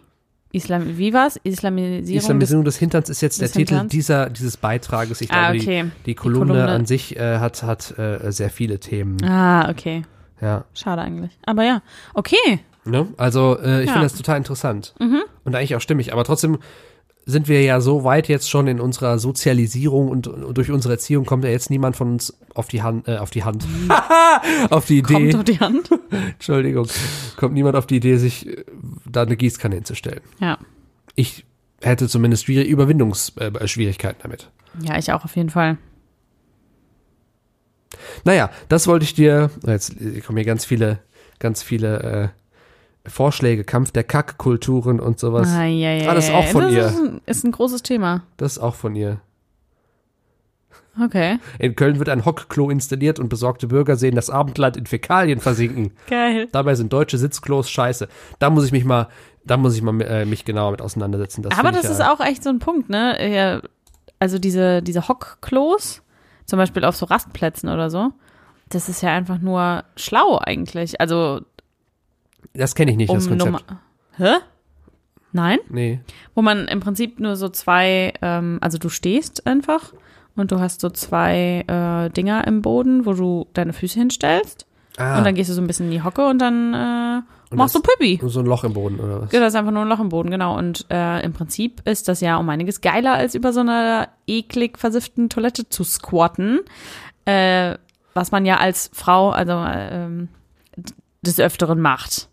Speaker 4: Islam, wie war's? Islamisierung.
Speaker 2: Islamisierung des Hinterns ist jetzt der
Speaker 4: des
Speaker 2: Titel
Speaker 4: Hinterns?
Speaker 2: dieser, dieses Beitrages. Ich glaube,
Speaker 4: Ah,
Speaker 2: die,
Speaker 4: okay.
Speaker 2: die, Kolumne
Speaker 4: Kolumne.
Speaker 2: an sich äh, hat, hat äh, sehr viele Themen.
Speaker 4: Des, ah, okay.
Speaker 2: Ja.
Speaker 4: Schade eigentlich. Aber ja, okay.
Speaker 2: Ne? Also äh, ich
Speaker 4: Ja. Mhm.
Speaker 2: finde das total interessant und eigentlich auch stimmig. Aber trotzdem sind wir ja so weit jetzt schon in unserer Sozialisierung und, und durch unsere Erziehung kommt ja jetzt niemand von uns auf die Hand, äh, auf die Hand, auf die Idee.
Speaker 4: Kommt auf die Hand.
Speaker 2: Entschuldigung, kommt niemand auf die Idee, sich äh, da eine Gießkanne hinzustellen.
Speaker 4: Ja.
Speaker 2: Ich hätte zumindest schwier- Überwindungsschwierigkeiten äh, Schwierigkeiten damit.
Speaker 4: Ja, ich auch auf jeden Fall.
Speaker 2: Naja, das wollte ich dir. Jetzt äh, kommen hier ganz viele, ganz viele äh, Vorschläge, Kampf der Kackkulturen und sowas.
Speaker 4: Ah, ja, ja,
Speaker 2: Ah, das ist auch von
Speaker 4: das
Speaker 2: ihr.
Speaker 4: Ist ein, ist ein großes Thema.
Speaker 2: Das ist auch von ihr.
Speaker 4: Okay.
Speaker 2: In Köln wird ein Hockklo installiert und besorgte Bürger sehen das Abendland in Fäkalien versinken.
Speaker 4: Geil.
Speaker 2: Dabei sind deutsche Sitzklos scheiße. Da muss ich mich mal, da muss ich mal äh, mich genauer mit auseinandersetzen. Das
Speaker 4: Aber
Speaker 2: find
Speaker 4: das
Speaker 2: ich,
Speaker 4: ist
Speaker 2: ja-
Speaker 4: auch echt so ein Punkt, ne? Ja, Also diese, diese Hockklos, zum Beispiel auf so Rastplätzen oder so, das ist ja einfach nur schlau eigentlich. Also
Speaker 2: Das kenne ich nicht, das
Speaker 4: um
Speaker 2: Konzept.
Speaker 4: Nummer. Hä? Nein?
Speaker 2: Nee.
Speaker 4: Wo man im Prinzip nur so zwei, ähm, also du stehst einfach und du hast so zwei äh, Dinger im Boden, wo du deine Füße hinstellst
Speaker 2: Ah,
Speaker 4: und dann gehst du so ein bisschen in die Hocke und dann äh,
Speaker 2: Und
Speaker 4: machst du
Speaker 2: das-
Speaker 4: Pippi.
Speaker 2: so ein Loch im Boden oder was?
Speaker 4: Ja, Genau, das ist einfach nur ein Loch im Boden, genau. Und äh, im Prinzip ist das ja um einiges geiler, als über so einer eklig versifften Toilette zu squatten. Äh, was man ja als Frau, also äh, ähm, d- des Öfteren macht.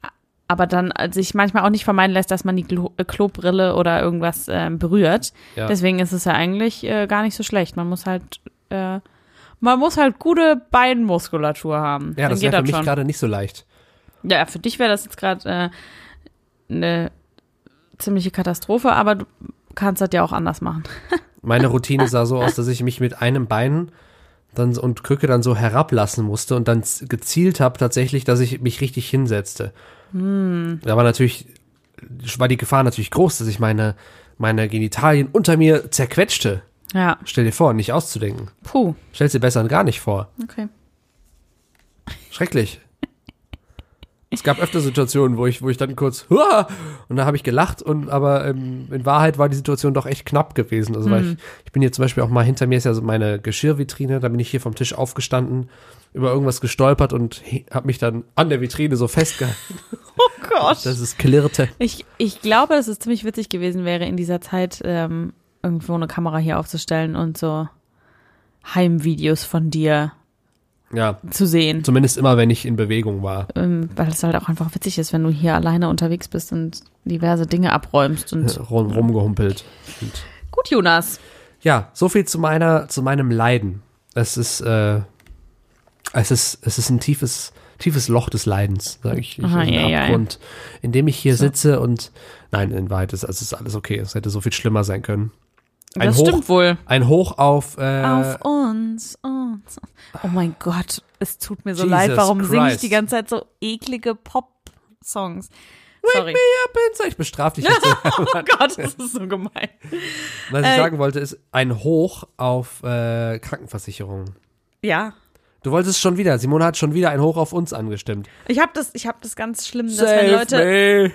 Speaker 4: A- Aber dann äh, sich manchmal auch nicht vermeiden lässt, dass man die Glo äh, Klobrille oder irgendwas ähm, berührt.
Speaker 2: Ja.
Speaker 4: Deswegen ist es ja eigentlich äh, gar nicht so schlecht. Man muss halt, äh, man muss halt gute Beinmuskulatur haben.
Speaker 2: Ja,
Speaker 4: Dann
Speaker 2: das
Speaker 4: geht
Speaker 2: wäre für mich
Speaker 4: schon.
Speaker 2: gerade nicht so leicht.
Speaker 4: Ja, für dich wäre das jetzt gerade äh, eine ziemliche Katastrophe, aber du kannst das ja auch anders machen.
Speaker 2: Meine Routine sah so aus, dass ich mich mit einem Bein dann so- und Krücke dann so herablassen musste und dann z- gezielt habe tatsächlich, dass ich mich richtig hinsetzte. Da war natürlich war die Gefahr natürlich groß, dass ich meine meine Genitalien unter mir zerquetschte.
Speaker 4: Ja,
Speaker 2: Stell dir vor, nicht auszudenken.
Speaker 4: puh,
Speaker 2: Stell dir besser gar nicht vor.
Speaker 4: okay.
Speaker 2: Schrecklich. Es gab öfter Situationen, wo ich, wo ich dann kurz Hua! und dann habe ich gelacht und aber ähm, in Wahrheit war die Situation doch echt knapp gewesen. Also weil ich, ich bin hier zum Beispiel auch mal hinter mir ist ja so meine Geschirrvitrine, da bin ich hier vom Tisch aufgestanden, über irgendwas gestolpert und habe mich dann an der Vitrine so festgehalten,
Speaker 4: Oh Gott.
Speaker 2: dass es klirrte.
Speaker 4: Ich, ich glaube, dass es ziemlich witzig gewesen wäre, in dieser Zeit ähm, irgendwo eine Kamera hier aufzustellen und so Heimvideos von dir
Speaker 2: Ja,
Speaker 4: zu sehen.
Speaker 2: zumindest immer, wenn ich in Bewegung war.
Speaker 4: Ähm, weil es halt auch einfach witzig ist, wenn du hier alleine unterwegs bist und diverse Dinge abräumst. Und
Speaker 2: Rum, rumgehumpelt. Und
Speaker 4: gut, Jonas.
Speaker 2: ja, so viel zu meiner, zu meinem Leiden. Es ist, äh, es ist, es ist ein tiefes, tiefes Loch des Leidens, sage ich. ich
Speaker 4: Aha,
Speaker 2: ein
Speaker 4: ja, ja, ja.
Speaker 2: Abgrund, in dem ich hier sitze und nein, in Wahrheit ist, also ist alles okay. Es hätte so viel schlimmer sein können. Ein
Speaker 4: das
Speaker 2: Hoch,
Speaker 4: stimmt wohl.
Speaker 2: ein Hoch auf, äh,
Speaker 4: Auf uns, uns. Oh mein Gott, es tut mir so
Speaker 2: Jesus
Speaker 4: leid. Warum singe ich
Speaker 2: Christ.
Speaker 4: die ganze Zeit so eklige Pop-Songs? Sorry.
Speaker 2: Pinsel. Ah, Ich bestrafe dich jetzt.
Speaker 4: Oh Gott, das ist so gemein.
Speaker 2: Was ich
Speaker 4: Äh,
Speaker 2: sagen wollte, ist ein Hoch auf äh, Krankenversicherung.
Speaker 4: Ja.
Speaker 2: Du wolltest schon wieder, Simone hat schon wieder ein Hoch auf uns angestimmt.
Speaker 4: Ich habe das, ich hab das ganz schlimm, dass wenn Leute,
Speaker 2: me.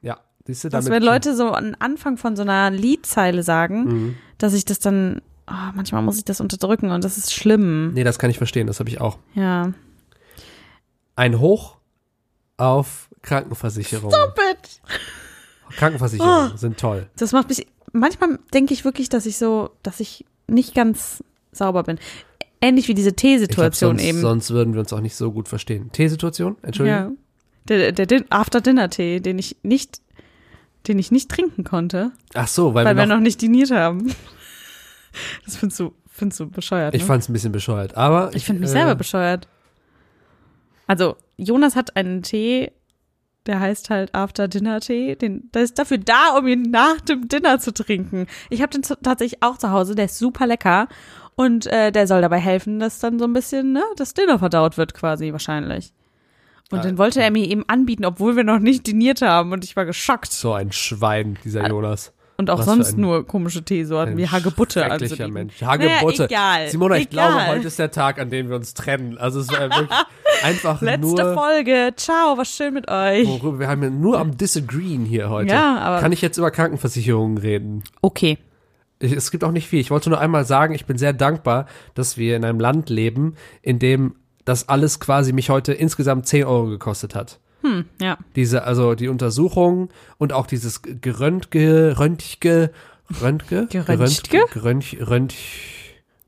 Speaker 2: Ja, siehst du, damit
Speaker 4: dass wenn Leute so am Anfang von so einer Liedzeile sagen,
Speaker 2: Mhm.
Speaker 4: dass ich das dann, oh, manchmal muss ich das unterdrücken und das ist schlimm.
Speaker 2: Nee, das kann ich verstehen, das habe ich auch.
Speaker 4: Ja.
Speaker 2: Ein Hoch auf Krankenversicherung.
Speaker 4: Bitte. Ah!
Speaker 2: Krankenversicherungen sind toll.
Speaker 4: Das macht mich, manchmal denke ich wirklich, dass ich so, dass ich nicht ganz sauber bin. Ähnlich wie diese
Speaker 2: Ich glaub,
Speaker 4: T-Situation
Speaker 2: sonst,
Speaker 4: eben.
Speaker 2: sonst würden wir uns auch nicht so gut verstehen. Teesituation? Entschuldigung.
Speaker 4: Ja. Der, der, der After-Dinner-Tee, den ich nicht, den ich nicht trinken konnte,
Speaker 2: Ach so, weil,
Speaker 4: weil
Speaker 2: wir noch,
Speaker 4: nicht diniert haben. Das findest du, findest du bescheuert.
Speaker 2: ich
Speaker 4: ne?
Speaker 2: fand es ein bisschen bescheuert, aber
Speaker 4: ich finde mich
Speaker 2: äh,
Speaker 4: selber bescheuert. Also, Jonas hat einen Tee Der heißt halt After Dinner Tee. Den, der ist dafür da, um ihn nach dem Dinner zu trinken. Ich habe den zu, tatsächlich auch zu Hause. Der ist super lecker. Und äh, der soll dabei helfen, dass dann so ein bisschen ne, das Dinner verdaut wird, quasi wahrscheinlich.
Speaker 2: Ah,
Speaker 4: Und den wollte er mir eben anbieten, obwohl wir noch nicht diniert haben. Und ich war geschockt.
Speaker 2: So ein Schwein, dieser Jonas.
Speaker 4: Und auch
Speaker 2: Was für
Speaker 4: sonst
Speaker 2: ein-
Speaker 4: nur komische Teesorten Äh, wie Hagebutte also
Speaker 2: Schrecklicher
Speaker 4: anzubieten.
Speaker 2: Mensch. Hagebutte.
Speaker 4: Naja, egal.
Speaker 2: Simona, ich
Speaker 4: egal.
Speaker 2: glaube, heute ist der Tag, an dem wir uns trennen. Also es war wirklich einfach
Speaker 4: Letzte
Speaker 2: nur. Oh.
Speaker 4: Folge. Ciao, war schön mit euch.
Speaker 2: Worüber, wir haben ja nur am Disagreeen hier heute.
Speaker 4: Ja, aber-
Speaker 2: Kann ich jetzt über Krankenversicherungen reden?
Speaker 4: Okay.
Speaker 2: Ich, es gibt auch nicht viel. Ich wollte nur einmal sagen, ich bin sehr dankbar, dass wir in einem Land leben, in dem das alles quasi mich heute insgesamt 10 Euro gekostet hat.
Speaker 4: Ja.
Speaker 2: Diese, also die Untersuchung und auch dieses Geröntge, Röntge, Röntge?
Speaker 4: Geröntge?
Speaker 2: Gerönch, Röntg,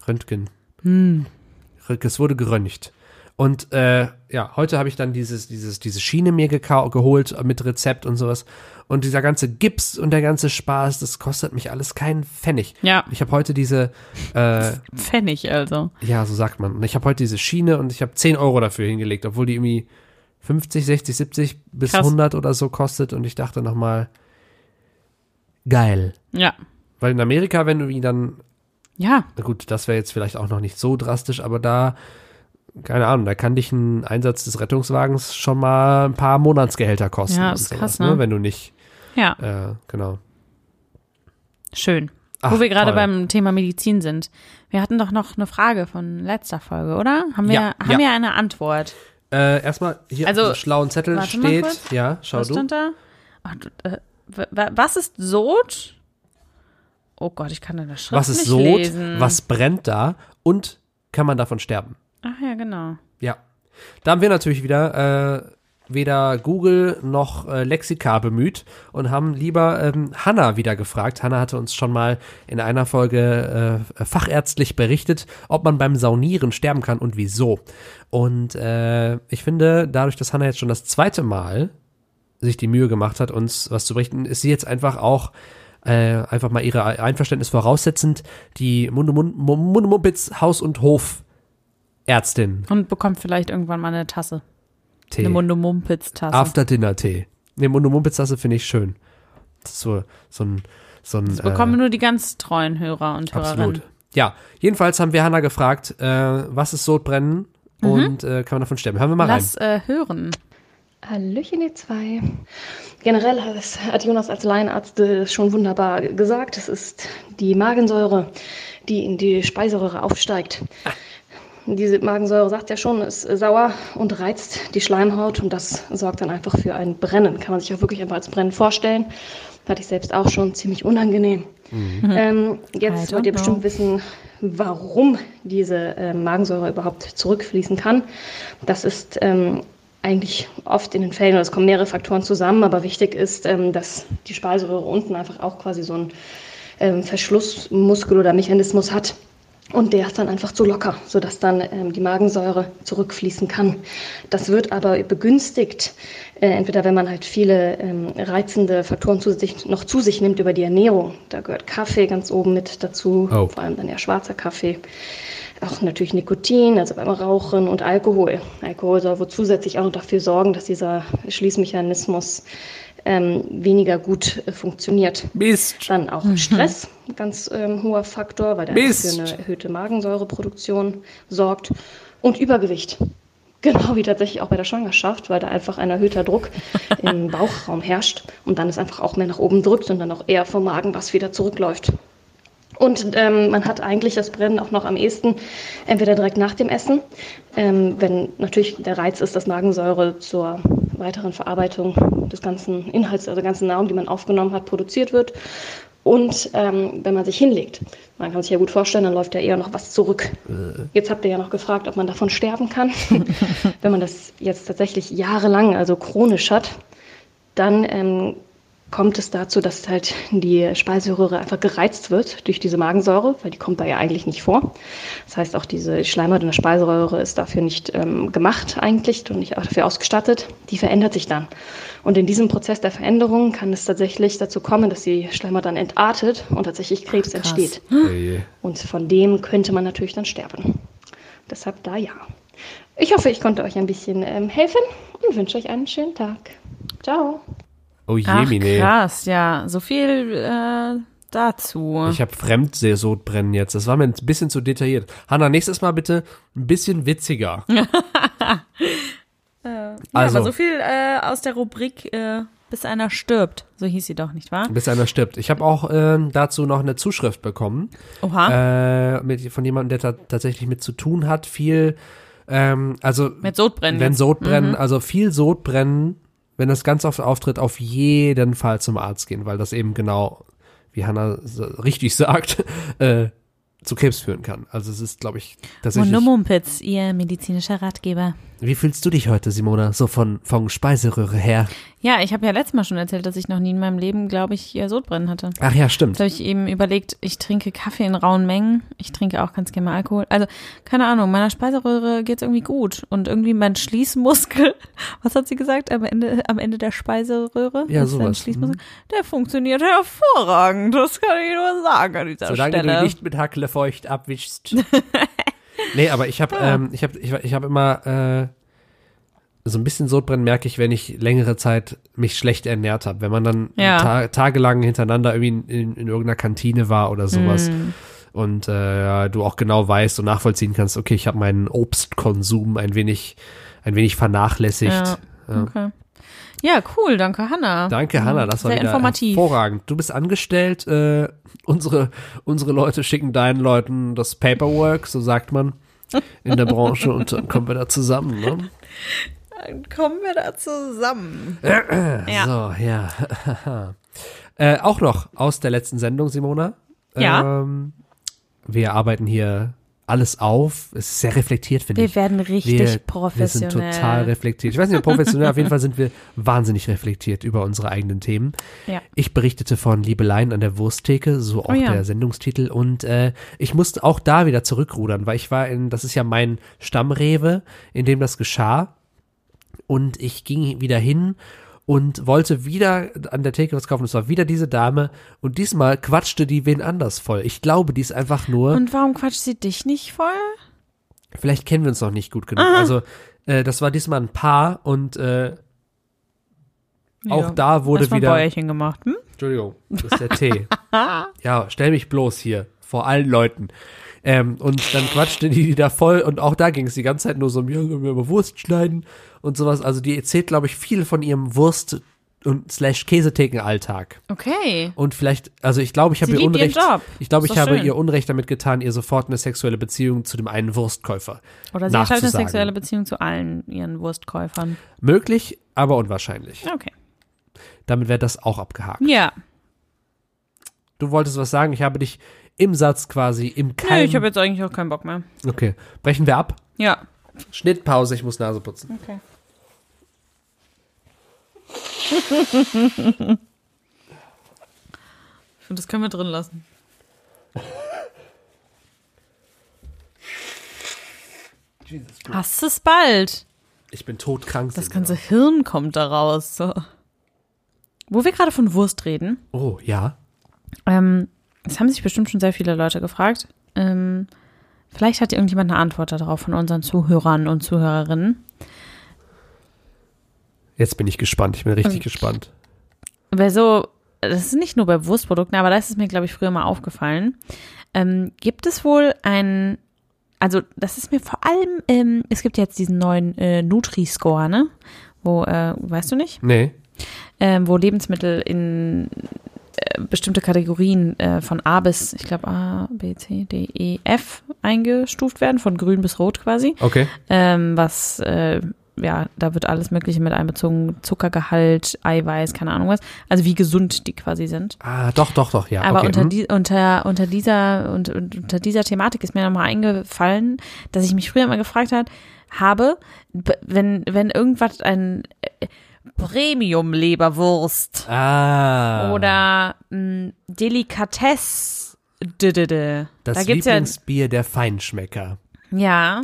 Speaker 2: Röntgen. Hm. Es wurde geröntgt. Und äh, ja, heute habe ich dann dieses, dieses, diese Schiene mir gekau- geholt äh, mit Rezept und sowas. Und dieser ganze Gips und der ganze Spaß, das kostet mich alles keinen Pfennig.
Speaker 4: Ja.
Speaker 2: Ich habe heute diese, äh,
Speaker 4: Pfennig also.
Speaker 2: ja, so sagt man. Und ich habe heute diese Schiene und ich habe 10 Euro dafür hingelegt, obwohl die irgendwie 50, 60, 70 bis
Speaker 4: Krass.
Speaker 2: 100 oder so kostet. Und ich dachte nochmal, geil.
Speaker 4: Ja.
Speaker 2: Weil in Amerika, wenn du ihn dann,
Speaker 4: Ja.
Speaker 2: na gut, das wäre jetzt vielleicht auch noch nicht so drastisch, aber da, keine Ahnung, da kann dich ein Einsatz des Rettungswagens schon mal ein paar Monatsgehälter kosten.
Speaker 4: Ja,
Speaker 2: und
Speaker 4: ist
Speaker 2: sowas,
Speaker 4: krass, ne?
Speaker 2: Wenn du nicht,
Speaker 4: Ja.
Speaker 2: äh, genau.
Speaker 4: Schön.
Speaker 2: Ach,
Speaker 4: Wo wir gerade
Speaker 2: toll.
Speaker 4: beim Thema Medizin sind. Wir hatten doch noch eine Frage von letzter Folge, oder? Haben wir,
Speaker 2: Ja,
Speaker 4: haben
Speaker 2: ja.
Speaker 4: wir eine Antwort?
Speaker 2: Äh, erstmal hier
Speaker 4: Also,
Speaker 2: auf dem schlauen Zettel
Speaker 4: warte mal
Speaker 2: steht,
Speaker 4: kurz.
Speaker 2: ja, schau
Speaker 4: Was
Speaker 2: du.
Speaker 4: stand da? Ah, du, äh, wa- wa- was ist Sod? Oh Gott, ich kann deine Schrift
Speaker 2: Was ist
Speaker 4: nicht
Speaker 2: Sod?
Speaker 4: lesen.
Speaker 2: Was brennt da? Und kann man davon sterben?
Speaker 4: Ach ja, genau.
Speaker 2: Ja. Da haben wir natürlich wieder äh, weder Google noch äh, Lexika bemüht und haben lieber ähm, Hanna wieder gefragt. Hanna hatte uns schon mal in einer Folge äh, fachärztlich berichtet, ob man beim Saunieren sterben kann und wieso. Und äh, ich finde, dadurch, dass Hanna jetzt schon das zweite Mal sich die Mühe gemacht hat, uns was zu berichten, ist sie jetzt einfach auch äh, einfach mal ihre Einverständnis voraussetzend die Munde-Mumpitz Haus- und Hofärztin.
Speaker 4: Und bekommt vielleicht irgendwann mal eine Tasse.
Speaker 2: T.
Speaker 4: Eine Munde-Mumpitz-Tasse.
Speaker 2: After-Dinner-Tee. Ne, Munde Mumpitz-Tasse finde ich schön. Das ist so, so ein, so ein,
Speaker 4: Das bekommen nur die ganz treuen Hörer und
Speaker 2: äh,
Speaker 4: Hörerinnen.
Speaker 2: absolut. Ja, jedenfalls haben wir Hanna gefragt, äh, was ist Sodbrennen und äh, kann man davon sterben? Hören wir mal
Speaker 4: Mhm. Lass äh, hören.
Speaker 5: Hallöchen, ihr zwei. Generell hat es- hat Jonas als Laienarzt äh, schon wunderbar gesagt. Es ist die Magensäure, die in die Speiseröhre aufsteigt. Diese Magensäure, sagt ja schon, ist äh, sauer und reizt die Schleimhaut und das sorgt dann einfach für ein Brennen. Kann man sich auch wirklich einfach als Brennen vorstellen. Hatte ich selbst auch schon ziemlich unangenehm. Ähm,
Speaker 4: I don't
Speaker 5: jetzt wollt ihr bestimmt
Speaker 4: know.
Speaker 5: wissen, warum diese äh, Magensäure überhaupt zurückfließen kann. Das ist ähm, eigentlich oft in den Fällen, oder es kommen mehrere Faktoren zusammen, aber wichtig ist, ähm, dass die Speiseröhre unten einfach auch quasi so einen ähm, Verschlussmuskel oder Mechanismus hat. Und der ist dann einfach zu locker, sodass dann ähm, die Magensäure zurückfließen kann. Das wird aber begünstigt, äh, entweder wenn man halt viele ähm, reizende Faktoren zu sich, noch zu sich nimmt über die Ernährung. Da gehört Kaffee ganz oben mit dazu,
Speaker 2: Oh.
Speaker 5: vor allem dann ja schwarzer Kaffee. Auch natürlich Nikotin, also beim Rauchen und Alkohol. Alkohol soll wohl zusätzlich auch noch dafür sorgen, dass dieser Schließmechanismus ähm, weniger gut äh, funktioniert.
Speaker 2: rein. Mist.
Speaker 5: Dann auch Stress, ein ganz ähm, hoher Faktor, weil der einfach
Speaker 2: Mhm. Mist.
Speaker 5: für eine erhöhte Magensäureproduktion sorgt. Und Übergewicht. Genau wie tatsächlich auch bei der Schwangerschaft, weil da einfach ein erhöhter Druck im Bauchraum herrscht und dann es einfach auch mehr nach oben drückt und dann auch eher vom Magen was wieder zurückläuft. Und ähm, man hat eigentlich das Brennen auch noch am ehesten, entweder direkt nach dem Essen, ähm, wenn natürlich der Reiz ist, dass Magensäure zur weiteren Verarbeitung des ganzen Inhalts, also der ganzen Nahrung, die man aufgenommen hat, produziert wird. Und ähm, wenn man sich hinlegt, man kann sich ja gut vorstellen, dann läuft ja eher noch was zurück. Jetzt habt ihr ja noch gefragt, ob man davon sterben kann. wenn man das jetzt tatsächlich jahrelang, also chronisch hat, dann ähm, kommt es dazu, dass halt die Speiseröhre einfach gereizt wird durch diese Magensäure, weil die kommt da ja eigentlich nicht vor. Das heißt, auch diese Schleimhaut in der Speiseröhre ist dafür nicht ähm, gemacht eigentlich und nicht auch dafür ausgestattet. Die verändert sich dann. Und in diesem Prozess der Veränderung kann es tatsächlich dazu kommen, dass die Schleimhaut dann entartet und tatsächlich Krebs
Speaker 4: krass.
Speaker 5: entsteht. Und von dem könnte man natürlich dann sterben. Deshalb da ja. Ich hoffe, ich konnte euch ein bisschen ähm, helfen und wünsche euch einen schönen Tag. Ciao.
Speaker 2: Oh
Speaker 4: Ach,
Speaker 2: jemine.
Speaker 4: krass, ja. So viel äh, dazu.
Speaker 2: Ich habe Fremdsodbrennen jetzt. Das war mir ein bisschen zu detailliert. Hanna, nächstes Mal bitte ein bisschen witziger. also,
Speaker 4: Aber so viel äh, aus der Rubrik äh, Bis einer stirbt. So hieß sie doch, nicht wahr?
Speaker 2: bis einer stirbt. Ich habe auch ähm, dazu noch eine Zuschrift bekommen.
Speaker 4: Oha.
Speaker 2: Äh, mit, von jemandem, der ta tatsächlich mit zu tun hat. Viel, ähm, also
Speaker 4: mit Sodbrennen.
Speaker 2: wenn
Speaker 4: jetzt.
Speaker 2: Sodbrennen, also viel Sodbrennen, wenn das ganz oft auftritt, auf jeden Fall zum Arzt gehen, weil das eben genau, wie Hanna so richtig sagt, äh, zu Krebs führen kann. Also es ist, glaube ich, tatsächlich.
Speaker 4: Monomumpitz, ihr medizinischer Ratgeber.
Speaker 2: Wie fühlst du dich heute, Simona? So von, von Speiseröhre her.
Speaker 4: Ja, ich habe ja letztes Mal schon erzählt, dass ich noch nie in meinem Leben, glaube ich, ja, Sodbrennen hatte.
Speaker 2: Ach ja, stimmt.
Speaker 4: Jetzt habe ich eben überlegt, ich trinke Kaffee in rauen Mengen. Ich trinke auch ganz gerne mal Alkohol. Also, keine Ahnung, meiner Speiseröhre geht es irgendwie gut. Und irgendwie mein Schließmuskel, was hat sie gesagt, am Ende, am Ende der Speiseröhre?
Speaker 2: Ja,
Speaker 4: Ist da ein
Speaker 2: sowas, Mhm.
Speaker 4: Schließmuskel, der funktioniert hervorragend. Das kann ich nur sagen an dieser
Speaker 2: Solange
Speaker 4: Stelle.
Speaker 2: du nicht mit Hackle feucht abwischst. nee, aber ich habe
Speaker 4: Ah.
Speaker 2: ähm, ich hab, ich, ich hab immer äh, so ein bisschen Sodbrennen merke ich, wenn ich längere Zeit mich schlecht ernährt habe. Wenn man dann
Speaker 4: Ja.
Speaker 2: ta tagelang hintereinander irgendwie in, in, in irgendeiner Kantine war oder sowas.
Speaker 4: Hm.
Speaker 2: Und äh, du auch genau weißt und nachvollziehen kannst, okay, ich habe meinen Obstkonsum ein wenig, ein wenig vernachlässigt.
Speaker 4: Ja.
Speaker 2: Ja.
Speaker 4: Okay. Ja, cool, danke Hanna.
Speaker 2: Danke, Hanna, das war
Speaker 4: Sehr
Speaker 2: wieder
Speaker 4: informativ.
Speaker 2: hervorragend. Du bist angestellt, äh, unsere, unsere Leute schicken deinen Leuten das Paperwork, so sagt man, in der Branche und dann kommen wir da zusammen. Ne?
Speaker 4: Dann kommen wir da zusammen. Ja.
Speaker 2: So, ja. äh, auch noch aus der letzten Sendung, Simona.
Speaker 4: Ja.
Speaker 2: Ähm, wir arbeiten hier alles auf. Es ist sehr reflektiert, finde
Speaker 4: Wir
Speaker 2: ich.
Speaker 4: werden richtig
Speaker 2: Wir
Speaker 4: professionell.
Speaker 2: sind total reflektiert. Ich weiß nicht, professionell, auf jeden Fall sind wir wahnsinnig reflektiert über unsere eigenen Themen.
Speaker 4: Ja. Oh
Speaker 2: Ich berichtete von Liebeleien an der Wursttheke, so auch
Speaker 4: ja.
Speaker 2: der Sendungstitel. Und äh, ich musste auch da wieder zurückrudern, weil ich war in, das ist ja mein Stammrewe, in dem das geschah. Und ich ging wieder hin und wollte wieder an der Theke was kaufen. Es war wieder diese Dame. Und diesmal quatschte die wen anders voll. Ich glaube, die ist einfach nur.
Speaker 4: Und warum quatscht sie dich nicht voll?
Speaker 2: Vielleicht kennen wir uns noch nicht gut genug. Also, äh, das war diesmal ein Paar und äh, auch da wurde
Speaker 4: Erstmal ein
Speaker 2: wieder.
Speaker 4: Bäuerchen gemacht. Hm?
Speaker 2: Entschuldigung, das ist der Tee. ja, stell mich bloß hier vor allen Leuten. Ähm, und dann quatschte die da voll und auch da ging es die ganze Zeit nur so um, ja, können wir über Wurst schneiden und sowas. Also die erzählt, glaube ich, viel von ihrem Wurst- und slash Käsetheken-Alltag.
Speaker 4: Okay.
Speaker 2: Und vielleicht, also ich glaube, ich habe
Speaker 4: Sie
Speaker 2: ihr
Speaker 4: liebt ihren
Speaker 2: Unrecht.
Speaker 4: Job.
Speaker 2: Ich glaube,
Speaker 4: Ist
Speaker 2: ich
Speaker 4: doch
Speaker 2: habe
Speaker 4: schön.
Speaker 2: ihr Unrecht damit getan, ihr sofort eine sexuelle Beziehung zu dem einen Wurstkäufer.
Speaker 4: Oder sie hat halt eine
Speaker 2: nachzusagen.
Speaker 4: sexuelle Beziehung zu allen ihren Wurstkäufern.
Speaker 2: Möglich, aber unwahrscheinlich.
Speaker 4: Okay.
Speaker 2: Damit wäre das auch abgehakt.
Speaker 4: Ja.
Speaker 2: Du wolltest was sagen, ich habe dich im Satz quasi im Keim.
Speaker 4: Nö, ich habe jetzt eigentlich auch keinen Bock mehr.
Speaker 2: okay, brechen wir ab.
Speaker 4: Ja.
Speaker 2: Schnittpause, ich muss Nase putzen.
Speaker 4: Okay. ich finde, das können wir drin lassen. Hast es bald.
Speaker 2: Ich bin todkrank.
Speaker 4: Das
Speaker 2: Simona.
Speaker 4: ganze Hirn kommt da raus. So. Wo wir gerade von Wurst reden,
Speaker 2: Oh, ja.
Speaker 4: ähm, das haben sich bestimmt schon sehr viele Leute gefragt. Ähm, vielleicht hat irgendjemand eine Antwort darauf von unseren Zuhörern und Zuhörerinnen.
Speaker 2: Jetzt bin ich gespannt. Ich bin richtig gespannt.
Speaker 4: bei so, das ist nicht nur bei Wurstprodukten, aber da ist es mir, glaube ich, früher mal aufgefallen. Ähm, gibt es wohl ein, also das ist mir vor allem, ähm, es gibt jetzt diesen neuen äh, Nutri-Score, ne? Wo, äh, weißt du nicht?
Speaker 2: Nee.
Speaker 4: ähm, wo Lebensmittel in äh, bestimmte Kategorien äh, von A bis, ich glaube A, B, C, D, E, F eingestuft werden, von grün bis rot quasi.
Speaker 2: Okay.
Speaker 4: Ähm, was, äh, ja, da wird alles Mögliche mit einbezogen, Zuckergehalt, Eiweiß, keine Ahnung was. Also wie gesund die quasi sind.
Speaker 2: Ah, doch, doch, doch, ja.
Speaker 4: Aber
Speaker 2: okay.
Speaker 4: unter,
Speaker 2: hm.
Speaker 4: die, unter, unter, dieser, und, und unter dieser Thematik ist mir nochmal eingefallen, dass ich mich früher immer gefragt hat, habe, b- wenn, wenn irgendwas ein äh, Premium-Leberwurst
Speaker 2: Ah.
Speaker 4: oder hm, mh, Delikatesse. Didede.
Speaker 2: das
Speaker 4: da gibt's ja,
Speaker 2: Lieblingsbier der Feinschmecker.
Speaker 4: ja.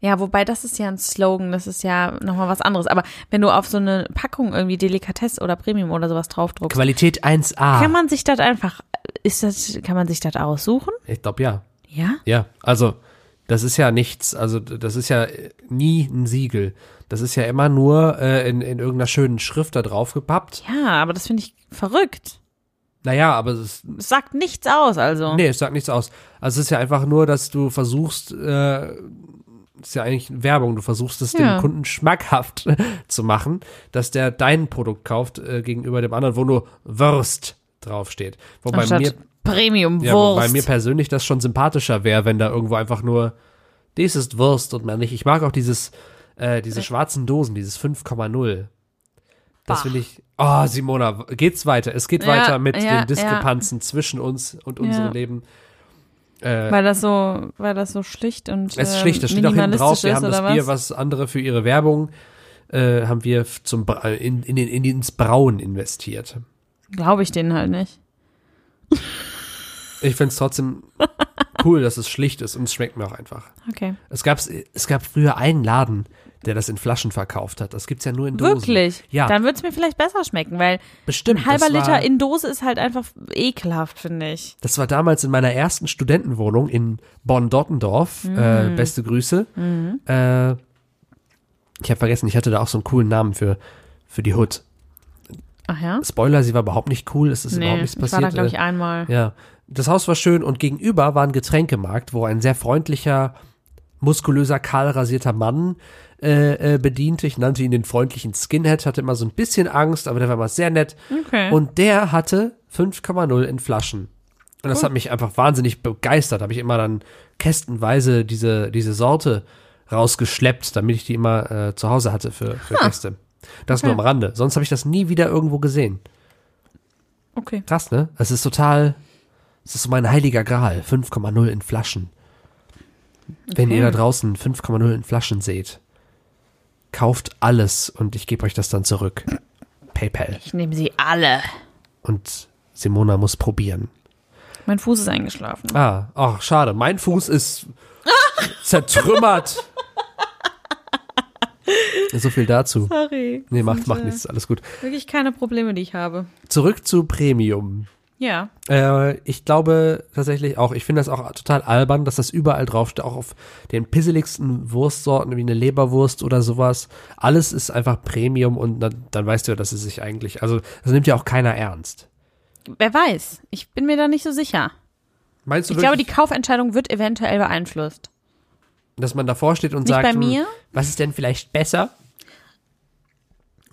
Speaker 4: Ja, wobei das ist ja ein Slogan, das ist ja nochmal was anderes. Aber wenn du auf so eine Packung irgendwie Delikatesse oder Premium oder sowas draufdruckst,
Speaker 2: Qualität 1A.
Speaker 4: kann man sich das einfach, ist das, kann man sich das aussuchen?
Speaker 2: ich glaube, ja.
Speaker 4: Ja?
Speaker 2: Ja, also das ist ja nichts, also das ist ja äh, nie ein Siegel. Das ist ja immer nur äh, in, in irgendeiner schönen Schrift da drauf gepappt.
Speaker 4: Ja, aber das finde ich verrückt.
Speaker 2: Naja, aber es ist
Speaker 4: Es sagt nichts aus, also.
Speaker 2: Nee, es sagt nichts aus. Also es ist ja einfach nur, dass du versuchst, äh, ist ja eigentlich Werbung, du versuchst es
Speaker 4: Ja.
Speaker 2: dem Kunden schmackhaft zu machen, dass der dein Produkt kauft äh, gegenüber dem anderen, wo nur Wurst draufsteht. Wobei
Speaker 4: Anstatt
Speaker 2: mir,
Speaker 4: Premium
Speaker 2: ja, wobei mir
Speaker 4: Wurst.
Speaker 2: persönlich das schon sympathischer wäre, wenn da irgendwo einfach nur dies ist Wurst und mehr nicht. Ich mag auch dieses, äh, diese schwarzen Dosen, dieses 5,0. Das
Speaker 4: Bah.
Speaker 2: finde ich. Oh, Simona, geht's weiter. Es geht
Speaker 4: Ja,
Speaker 2: weiter mit
Speaker 4: ja,
Speaker 2: den Diskrepanzen zwischen uns und unserem
Speaker 4: Ja.
Speaker 2: Leben. Äh,
Speaker 4: weil das so, weil das so schlicht und
Speaker 2: es ist
Speaker 4: ähm,
Speaker 2: schlicht, das steht auch hinten drauf.
Speaker 4: minimalistisch
Speaker 2: Wir
Speaker 4: ist,
Speaker 2: haben das
Speaker 4: oder
Speaker 2: Bier,
Speaker 4: was?
Speaker 2: was andere für ihre Werbung äh, haben wir f- zum Bra- in, in, den- in ins Brauen investiert.
Speaker 4: Glaube ich denen halt nicht.
Speaker 2: Ich finde es trotzdem cool, dass es schlicht ist und es schmeckt mir auch einfach.
Speaker 4: Okay.
Speaker 2: Es, gab's, es gab früher einen Laden, der das in Flaschen verkauft hat. Das gibt es ja nur in Dosen.
Speaker 4: Wirklich?
Speaker 2: Ja,
Speaker 4: Dann würde es mir vielleicht besser schmecken, weil
Speaker 2: bestimmt.
Speaker 4: ein halber
Speaker 2: das war,
Speaker 4: Liter in Dose ist halt einfach ekelhaft, finde ich.
Speaker 2: Das war damals in meiner ersten Studentenwohnung in Bonn-Dottendorf.
Speaker 4: Mm.
Speaker 2: Äh, beste Grüße. Äh, ich habe vergessen, ich hatte da auch so einen coolen Namen für, für die Hood.
Speaker 4: Ach ja?
Speaker 2: Spoiler, sie war überhaupt nicht cool, es ist überhaupt nichts
Speaker 4: ich war da,
Speaker 2: passiert.
Speaker 4: glaube ich,
Speaker 2: äh,
Speaker 4: einmal.
Speaker 2: ja. Das Haus war schön und gegenüber war ein Getränkemarkt, wo ein sehr freundlicher, muskulöser, kahl rasierter Mann äh, äh, bediente. Ich nannte ihn den freundlichen Skinhead, hatte immer so ein bisschen Angst, aber der war immer sehr nett.
Speaker 4: Okay.
Speaker 2: Und der hatte 5,0 in Flaschen. Und das hat mich einfach wahnsinnig begeistert. Habe ich immer dann kästenweise diese, diese Sorte rausgeschleppt, damit ich die immer äh, zu Hause hatte für, für Gäste. Das nur am Rande. Sonst habe ich das nie wieder irgendwo gesehen.
Speaker 4: okay.
Speaker 2: Krass, ne? Es ist total. Es ist so mein heiliger Gral. 5,0 in Flaschen. Wenn ihr da draußen 5,0 in Flaschen seht, kauft alles und ich gebe euch das dann zurück. PayPal.
Speaker 4: Ich nehme sie alle.
Speaker 2: Und Simona muss probieren.
Speaker 4: Mein Fuß ist eingeschlafen.
Speaker 2: Ah, ach, schade. Mein Fuß ist zertrümmert. so viel dazu.
Speaker 4: Sorry.
Speaker 2: Nee, macht, macht nichts. Alles gut.
Speaker 4: Wirklich keine Probleme, die ich habe.
Speaker 2: Zurück zu Premium.
Speaker 4: Ja.
Speaker 2: Äh, ich glaube tatsächlich auch, ich finde das auch total albern, dass das überall draufsteht, auch auf den pisseligsten Wurstsorten wie eine Leberwurst oder sowas. Alles ist einfach Premium und dann, dann weißt du ja, dass es sich eigentlich, also das nimmt ja auch keiner ernst.
Speaker 4: Wer weiß. Ich bin mir da nicht so sicher.
Speaker 2: Meinst du
Speaker 4: Ich glaube, die
Speaker 2: wirklich,
Speaker 4: Kaufentscheidung wird eventuell beeinflusst.
Speaker 2: dass man davor steht und
Speaker 4: Nicht
Speaker 2: sagt,
Speaker 4: bei
Speaker 2: hm,
Speaker 4: mir?
Speaker 2: was ist denn vielleicht besser?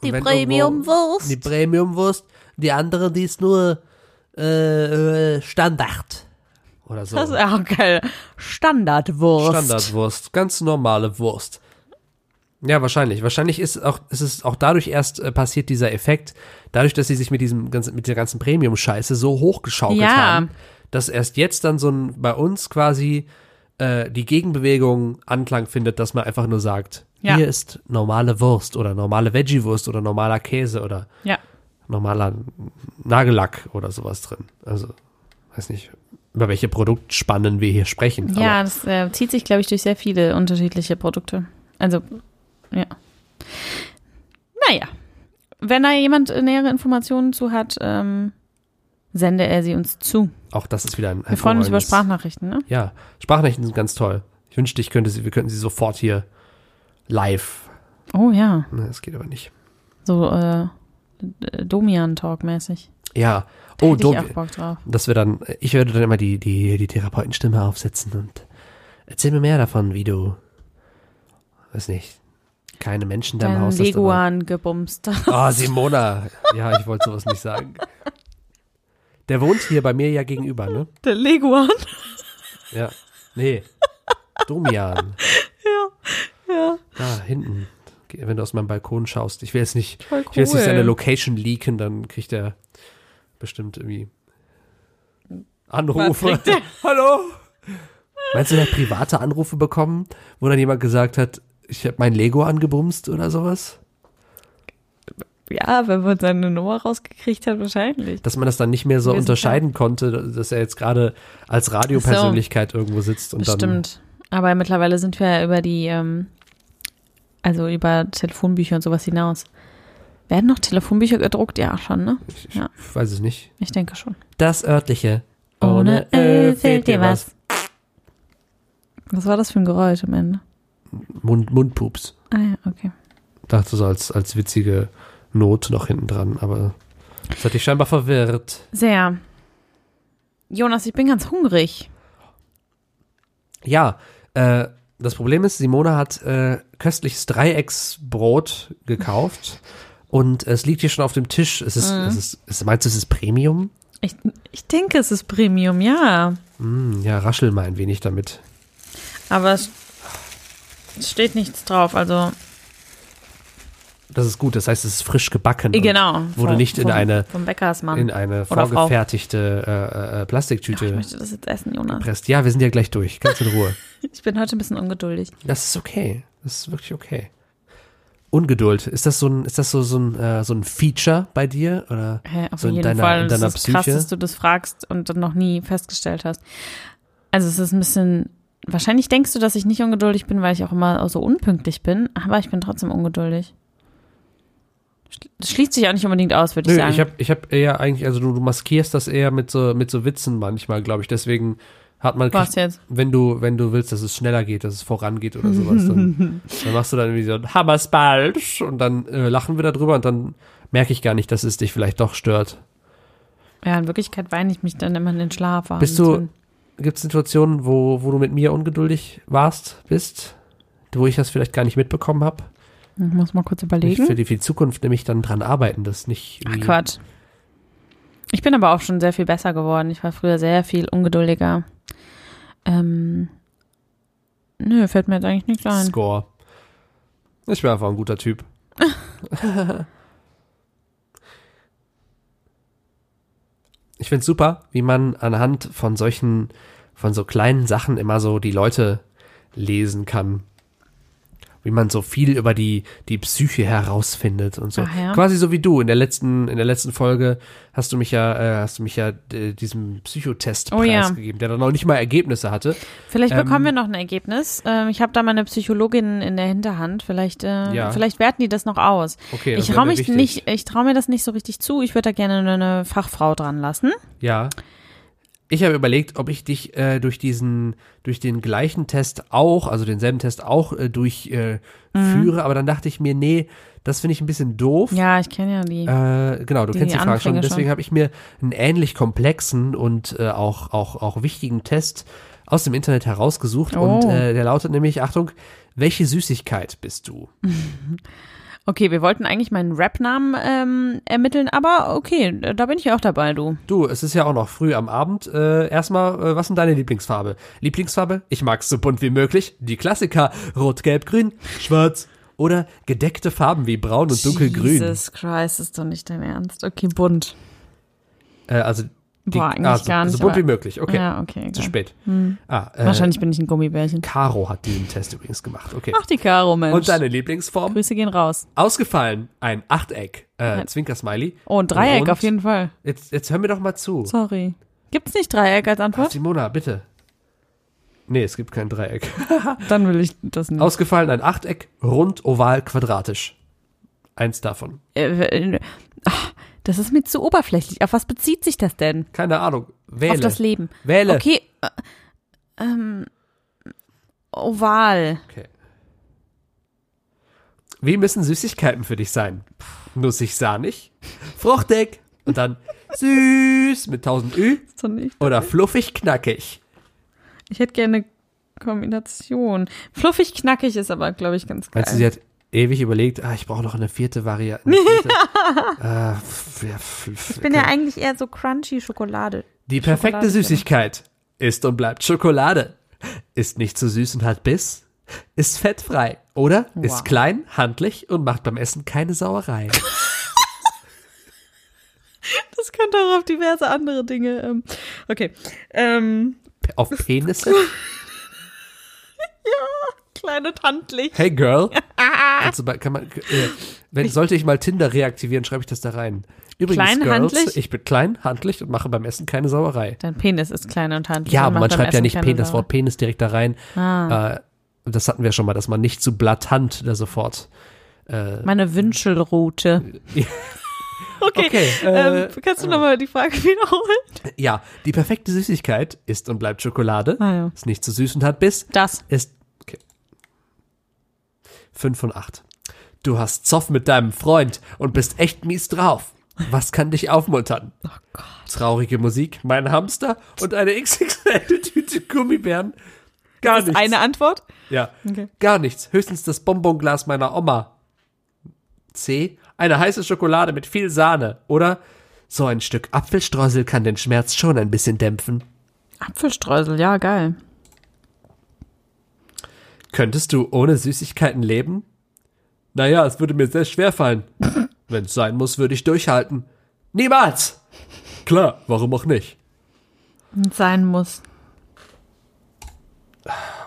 Speaker 2: Und
Speaker 4: Die
Speaker 2: wenn
Speaker 4: Premium-Wurst.
Speaker 2: Die Premium-Wurst, die andere, die ist nur äh, äh, Standard oder so.
Speaker 4: Das ist auch geil. Standardwurst.
Speaker 2: Standardwurst, ganz normale Wurst. Ja, wahrscheinlich. Wahrscheinlich ist auch ist es auch dadurch erst äh, passiert dieser Effekt, dadurch, dass sie sich mit diesem ganzen mit der ganzen Premium Scheiße so hochgeschaukelt
Speaker 4: Ja.
Speaker 2: haben, dass erst jetzt dann so ein bei uns quasi äh, die Gegenbewegung Anklang findet, dass man einfach nur sagt,
Speaker 4: Ja.
Speaker 2: hier ist normale Wurst oder normale Veggie Wurst oder normaler Käse oder
Speaker 4: Ja.
Speaker 2: normaler Nagellack oder sowas drin. Also weiß nicht, über welche Produktspannen wir hier sprechen. aber-
Speaker 4: Ja, das äh, zieht sich, glaube ich, durch sehr viele unterschiedliche Produkte. Also, ja. Naja. Wenn da jemand äh, nähere Informationen zu hat, ähm, sende er sie uns zu.
Speaker 2: Auch das ist wieder ein
Speaker 4: Wir freuen uns über
Speaker 2: hervorragendes-
Speaker 4: Sprachnachrichten, ne?
Speaker 2: Ja, Sprachnachrichten sind ganz toll. Ich wünschte, ich könnte sie, wir könnten sie sofort hier live.
Speaker 4: Oh ja.
Speaker 2: Ne, das geht aber nicht.
Speaker 4: So, äh, D- Domian-Talk-mäßig.
Speaker 2: Ja. Oh,
Speaker 4: Hätte ich auch
Speaker 2: Domian.
Speaker 4: Bock drauf.
Speaker 2: Dass wir dann, ich werde dann immer die, die, die Therapeutenstimme aufsetzen und erzähl mir mehr davon, wie du, weiß nicht, keine Menschen in deinem
Speaker 4: Dein
Speaker 2: Haus hast. aber-
Speaker 4: Leguan gebumst.
Speaker 2: Ah, Simona. Ja, ich wollte sowas nicht sagen. Der wohnt hier bei mir ja gegenüber, ne?
Speaker 4: Der Leguan?
Speaker 2: Ja. Nee. Domian.
Speaker 4: Ja.
Speaker 2: Da Ah, hinten. Wenn du aus meinem Balkon schaust. Ich will jetzt nicht,
Speaker 4: Voll
Speaker 2: ich will jetzt nicht
Speaker 4: cool.
Speaker 2: seine Location leaken, dann kriegt er bestimmt irgendwie Anrufe. Hallo? Meinst du, der hat private Anrufe bekommen, wo dann jemand gesagt hat, ich habe mein Lego angebumst oder sowas?
Speaker 4: Ja, wenn man seine Nummer rausgekriegt hat, wahrscheinlich.
Speaker 2: Dass man das dann nicht mehr so
Speaker 4: Wir sind
Speaker 2: unterscheiden konnte, dass er jetzt gerade als Radiopersönlichkeit irgendwo sitzt und dann.
Speaker 4: Bestimmt. Aber mittlerweile sind wir ja über die, ähm, also über Telefonbücher und sowas hinaus. Werden noch Telefonbücher gedruckt? Ja, schon, ne?
Speaker 2: Ich, ich
Speaker 4: Ja.
Speaker 2: weiß es nicht.
Speaker 4: Ich denke schon.
Speaker 2: Das örtliche.
Speaker 4: Ohne Ö fehlt dir was. Was war das für ein Geräusch am Ende?
Speaker 2: Mund, Mundpups.
Speaker 4: Ah ja, okay.
Speaker 2: dachte so als, als witzige Not noch hinten dran, aber das hat dich scheinbar verwirrt.
Speaker 4: Sehr. Jonas, ich bin ganz hungrig.
Speaker 2: Ja, äh, das Problem ist, Simone hat äh, köstliches Dreiecksbrot gekauft und es liegt hier schon auf dem Tisch. Es
Speaker 4: Mhm.
Speaker 2: ist, es ist, es, meinst du, es ist Premium?
Speaker 4: Ich, ich denke, es ist Premium, ja.
Speaker 2: Hm, ja, raschel mal ein wenig damit.
Speaker 4: Aber es, es steht nichts drauf, also
Speaker 2: Das ist gut, das heißt, es ist frisch gebacken. und
Speaker 4: genau.
Speaker 2: Wurde
Speaker 4: vom-
Speaker 2: nicht in
Speaker 4: vom,
Speaker 2: eine,
Speaker 4: Vom Bäckersmann.
Speaker 2: in eine
Speaker 4: Oder Frau.
Speaker 2: vorgefertigte äh, äh,
Speaker 4: Ach, ich
Speaker 2: Plastiktüte
Speaker 4: möchte das jetzt essen, Jonas.
Speaker 2: gepresst. Ja, wir sind ja gleich durch. Ganz in Ruhe.
Speaker 4: Ich bin heute ein bisschen ungeduldig.
Speaker 2: Das ist okay. Das ist wirklich okay. Ungeduld. Ist das so ein, ist das so, so, ein, äh, so ein Feature bei dir? Oder
Speaker 4: Hä, auf
Speaker 2: so in
Speaker 4: jeden
Speaker 2: deiner,
Speaker 4: Fall.
Speaker 2: in
Speaker 4: Das
Speaker 2: deiner
Speaker 4: ist krass,
Speaker 2: Psyche?
Speaker 4: dass du das fragst und dann noch nie festgestellt hast. Also es ist ein bisschen. Wahrscheinlich denkst du, dass ich nicht ungeduldig bin, weil ich auch immer so unpünktlich bin, aber ich bin trotzdem ungeduldig. Schli- Das schließt sich auch nicht unbedingt aus, würde ich
Speaker 2: Nö,
Speaker 4: sagen.
Speaker 2: ich habe ich hab eher eigentlich, also du, du maskierst das eher mit so, mit so Witzen manchmal, glaube ich. Deswegen hat man,
Speaker 4: Was jetzt?
Speaker 2: wenn du, wenn du willst, dass es schneller geht, dass es vorangeht oder sowas, dann, dann machst du dann irgendwie so ein Hammersbalsch und dann äh, lachen wir darüber und dann merke ich gar nicht, dass es dich vielleicht doch stört.
Speaker 4: Ja, in Wirklichkeit weine ich mich dann immer in den Schlaf. abends
Speaker 2: Bist du,
Speaker 4: hin.
Speaker 2: gibt es Situationen, wo, wo du mit mir ungeduldig warst, bist, wo ich das vielleicht gar nicht mitbekommen habe?
Speaker 4: Ich muss mal kurz
Speaker 2: Ich
Speaker 4: überlegen.
Speaker 2: für die, für die Zukunft nämlich dann dran arbeiten, das nicht.
Speaker 4: Ach
Speaker 2: irgendwie-
Speaker 4: Quatsch. Ich bin aber auch schon sehr viel besser geworden. Ich war früher sehr viel ungeduldiger. Ähm, nö, fällt mir jetzt eigentlich nicht ein.
Speaker 2: Score. Ich bin einfach ein guter Typ. ich find's super, wie man anhand von solchen, von so kleinen Sachen immer so die Leute lesen kann. Wie man so viel über die, die Psyche herausfindet und so.
Speaker 4: Ach ja.
Speaker 2: Quasi so wie du. In der letzten, in der letzten Folge hast du mich ja, äh, hast du mich ja äh, diesem Psychotest
Speaker 4: Oh ja.
Speaker 2: preisgegeben, der dann noch nicht mal Ergebnisse hatte.
Speaker 4: Vielleicht
Speaker 2: Ähm,
Speaker 4: bekommen wir noch ein Ergebnis. Ähm, ich habe da meine Psychologin in der Hinterhand. Vielleicht, äh,
Speaker 2: Ja.
Speaker 4: vielleicht werten die das noch aus.
Speaker 2: Okay, das
Speaker 4: ich
Speaker 2: wär
Speaker 4: traue
Speaker 2: mir
Speaker 4: mich
Speaker 2: wichtig.
Speaker 4: nicht, ich traue mir das nicht so richtig zu. Ich würde da gerne eine Fachfrau dran lassen.
Speaker 2: Ja. Ich habe überlegt, ob ich dich äh, durch diesen, durch den gleichen Test auch, also denselben Test auch äh, durchführe, äh, führe, aber dann dachte ich mir, nee, das finde ich ein bisschen doof.
Speaker 4: Mhm. Ja, ich kenne ja die.
Speaker 2: Äh, genau, du
Speaker 4: Die
Speaker 2: kennst die Frage schon.
Speaker 4: Anfänge schon.
Speaker 2: Deswegen habe ich mir einen ähnlich komplexen und äh, auch, auch, auch wichtigen Test aus dem Internet herausgesucht.
Speaker 4: Oh.
Speaker 2: Und äh, der lautet nämlich, Achtung, welche Süßigkeit bist du?
Speaker 4: Okay, wir wollten eigentlich meinen Rap-Namen ähm, ermitteln, aber okay, da bin ich auch dabei, du.
Speaker 2: Du, es ist ja auch noch früh am Abend. Äh, erstmal, äh, was sind deine Lieblingsfarbe? Lieblingsfarbe? Ich mag's so bunt wie möglich. Die Klassiker. Rot, Gelb, Grün, Schwarz. Oder gedeckte Farben wie Braun und Dunkelgrün.
Speaker 4: Jesus Christ, ist doch nicht dein Ernst. Okay, bunt.
Speaker 2: Äh, also, die,
Speaker 4: Boah, eigentlich
Speaker 2: ah, so,
Speaker 4: gar
Speaker 2: so
Speaker 4: nicht,
Speaker 2: bunt wie
Speaker 4: aber-
Speaker 2: möglich. Okay,
Speaker 4: Ja, okay.
Speaker 2: zu
Speaker 4: egal.
Speaker 2: spät. Ah, äh,
Speaker 4: Wahrscheinlich bin ich ein Gummibärchen.
Speaker 2: Caro hat diesen Test übrigens gemacht. Okay.
Speaker 4: Ach, die Karo, Mensch.
Speaker 2: und deine Lieblingsform?
Speaker 4: Grüße gehen raus.
Speaker 2: Ausgefallen. Ein Achteck. Äh, Zwinker-Smiley.
Speaker 4: Oh, ein Dreieck
Speaker 2: Rund.
Speaker 4: auf jeden Fall.
Speaker 2: Jetzt, jetzt hör mir doch mal zu.
Speaker 4: Sorry. Gibt's nicht Dreieck als Antwort?
Speaker 2: Simona, bitte. Nee, es gibt kein Dreieck.
Speaker 4: Dann will ich das nicht.
Speaker 2: Ausgefallen ein Achteck, rund, oval, quadratisch. Eins davon.
Speaker 4: Äh, äh, ach, das ist mir zu oberflächlich. Auf was bezieht sich das denn?
Speaker 2: Keine Ahnung. Wähle.
Speaker 4: Auf das Leben.
Speaker 2: Wähle.
Speaker 4: Okay. Äh, ähm, oval.
Speaker 2: Okay. Wie müssen Süßigkeiten für dich sein? Nussig sahnig, fruchtig und dann süß mit 1000 Ü
Speaker 4: So nicht.
Speaker 2: oder fluffig knackig.
Speaker 4: Ich hätte gerne eine Kombination. Fluffig knackig ist aber, glaube ich, ganz geil.
Speaker 2: Meinst du, sie hat ewig überlegt, ah, ich brauche noch eine vierte Variante. Eine vierte. Ah, f- ja, f- f-
Speaker 4: ich bin ja eigentlich eher so crunchy Schokolade.
Speaker 2: Die perfekte
Speaker 4: Schokolade. genau.
Speaker 2: Süßigkeit ist und bleibt Schokolade. Ist nicht zu süß und hat Biss. Ist fettfrei, oder? Ist klein, handlich und macht beim Essen keine Sauerei.
Speaker 4: Das könnte auch auf diverse andere Dinge. Ähm, okay. Ähm,
Speaker 2: P- Auf Penisse?
Speaker 4: klein und handlich.
Speaker 2: Hey Girl. Kannst du bei- kann man, äh, wenn, sollte ich mal Tinder reaktivieren, schreibe ich das da rein. Übrigens,
Speaker 4: Klein,
Speaker 2: Girls,
Speaker 4: handlich?
Speaker 2: ich bin klein, handlich und mache beim Essen keine Sauerei.
Speaker 4: Dein Penis ist klein und handlich.
Speaker 2: Ja,
Speaker 4: und
Speaker 2: aber man
Speaker 4: macht beim
Speaker 2: schreibt ja
Speaker 4: Essen
Speaker 2: nicht
Speaker 4: keine Ah.
Speaker 2: Pen, das
Speaker 4: Sau-
Speaker 2: Wort Penis direkt da rein. Äh, das hatten wir schon mal, dass man nicht zu blatant da sofort.
Speaker 4: Meine Wünschelrute.
Speaker 2: Ja.
Speaker 4: Okay.
Speaker 2: Okay, äh,
Speaker 4: ähm, kannst du nochmal die Frage wiederholen?
Speaker 2: Ja, die perfekte Süßigkeit ist und bleibt Schokolade.
Speaker 4: Ah, ja.
Speaker 2: Ist nicht zu süß und hat Biss.
Speaker 4: Das.
Speaker 2: Ist. Okay. 5 von 8. Du hast Zoff mit deinem Freund und bist echt mies drauf. Was kann dich aufmuntern? Oh Gott. Traurige Musik, mein Hamster und eine XXL-Tüte Gummibären. Gar
Speaker 4: Das ist
Speaker 2: nichts.
Speaker 4: eine Antwort?
Speaker 2: Ja. Gar nichts. Höchstens das Bonbonglas meiner Oma. C. Eine heiße Schokolade mit viel Sahne. Oder so ein Stück Apfelstreusel kann den Schmerz schon ein bisschen dämpfen.
Speaker 4: Apfelstreusel, ja, geil.
Speaker 2: Könntest du ohne Süßigkeiten leben? Naja, es würde mir sehr schwer fallen. Wenn's sein muss, würde ich durchhalten. Niemals! Klar, warum auch nicht?
Speaker 4: Sein muss.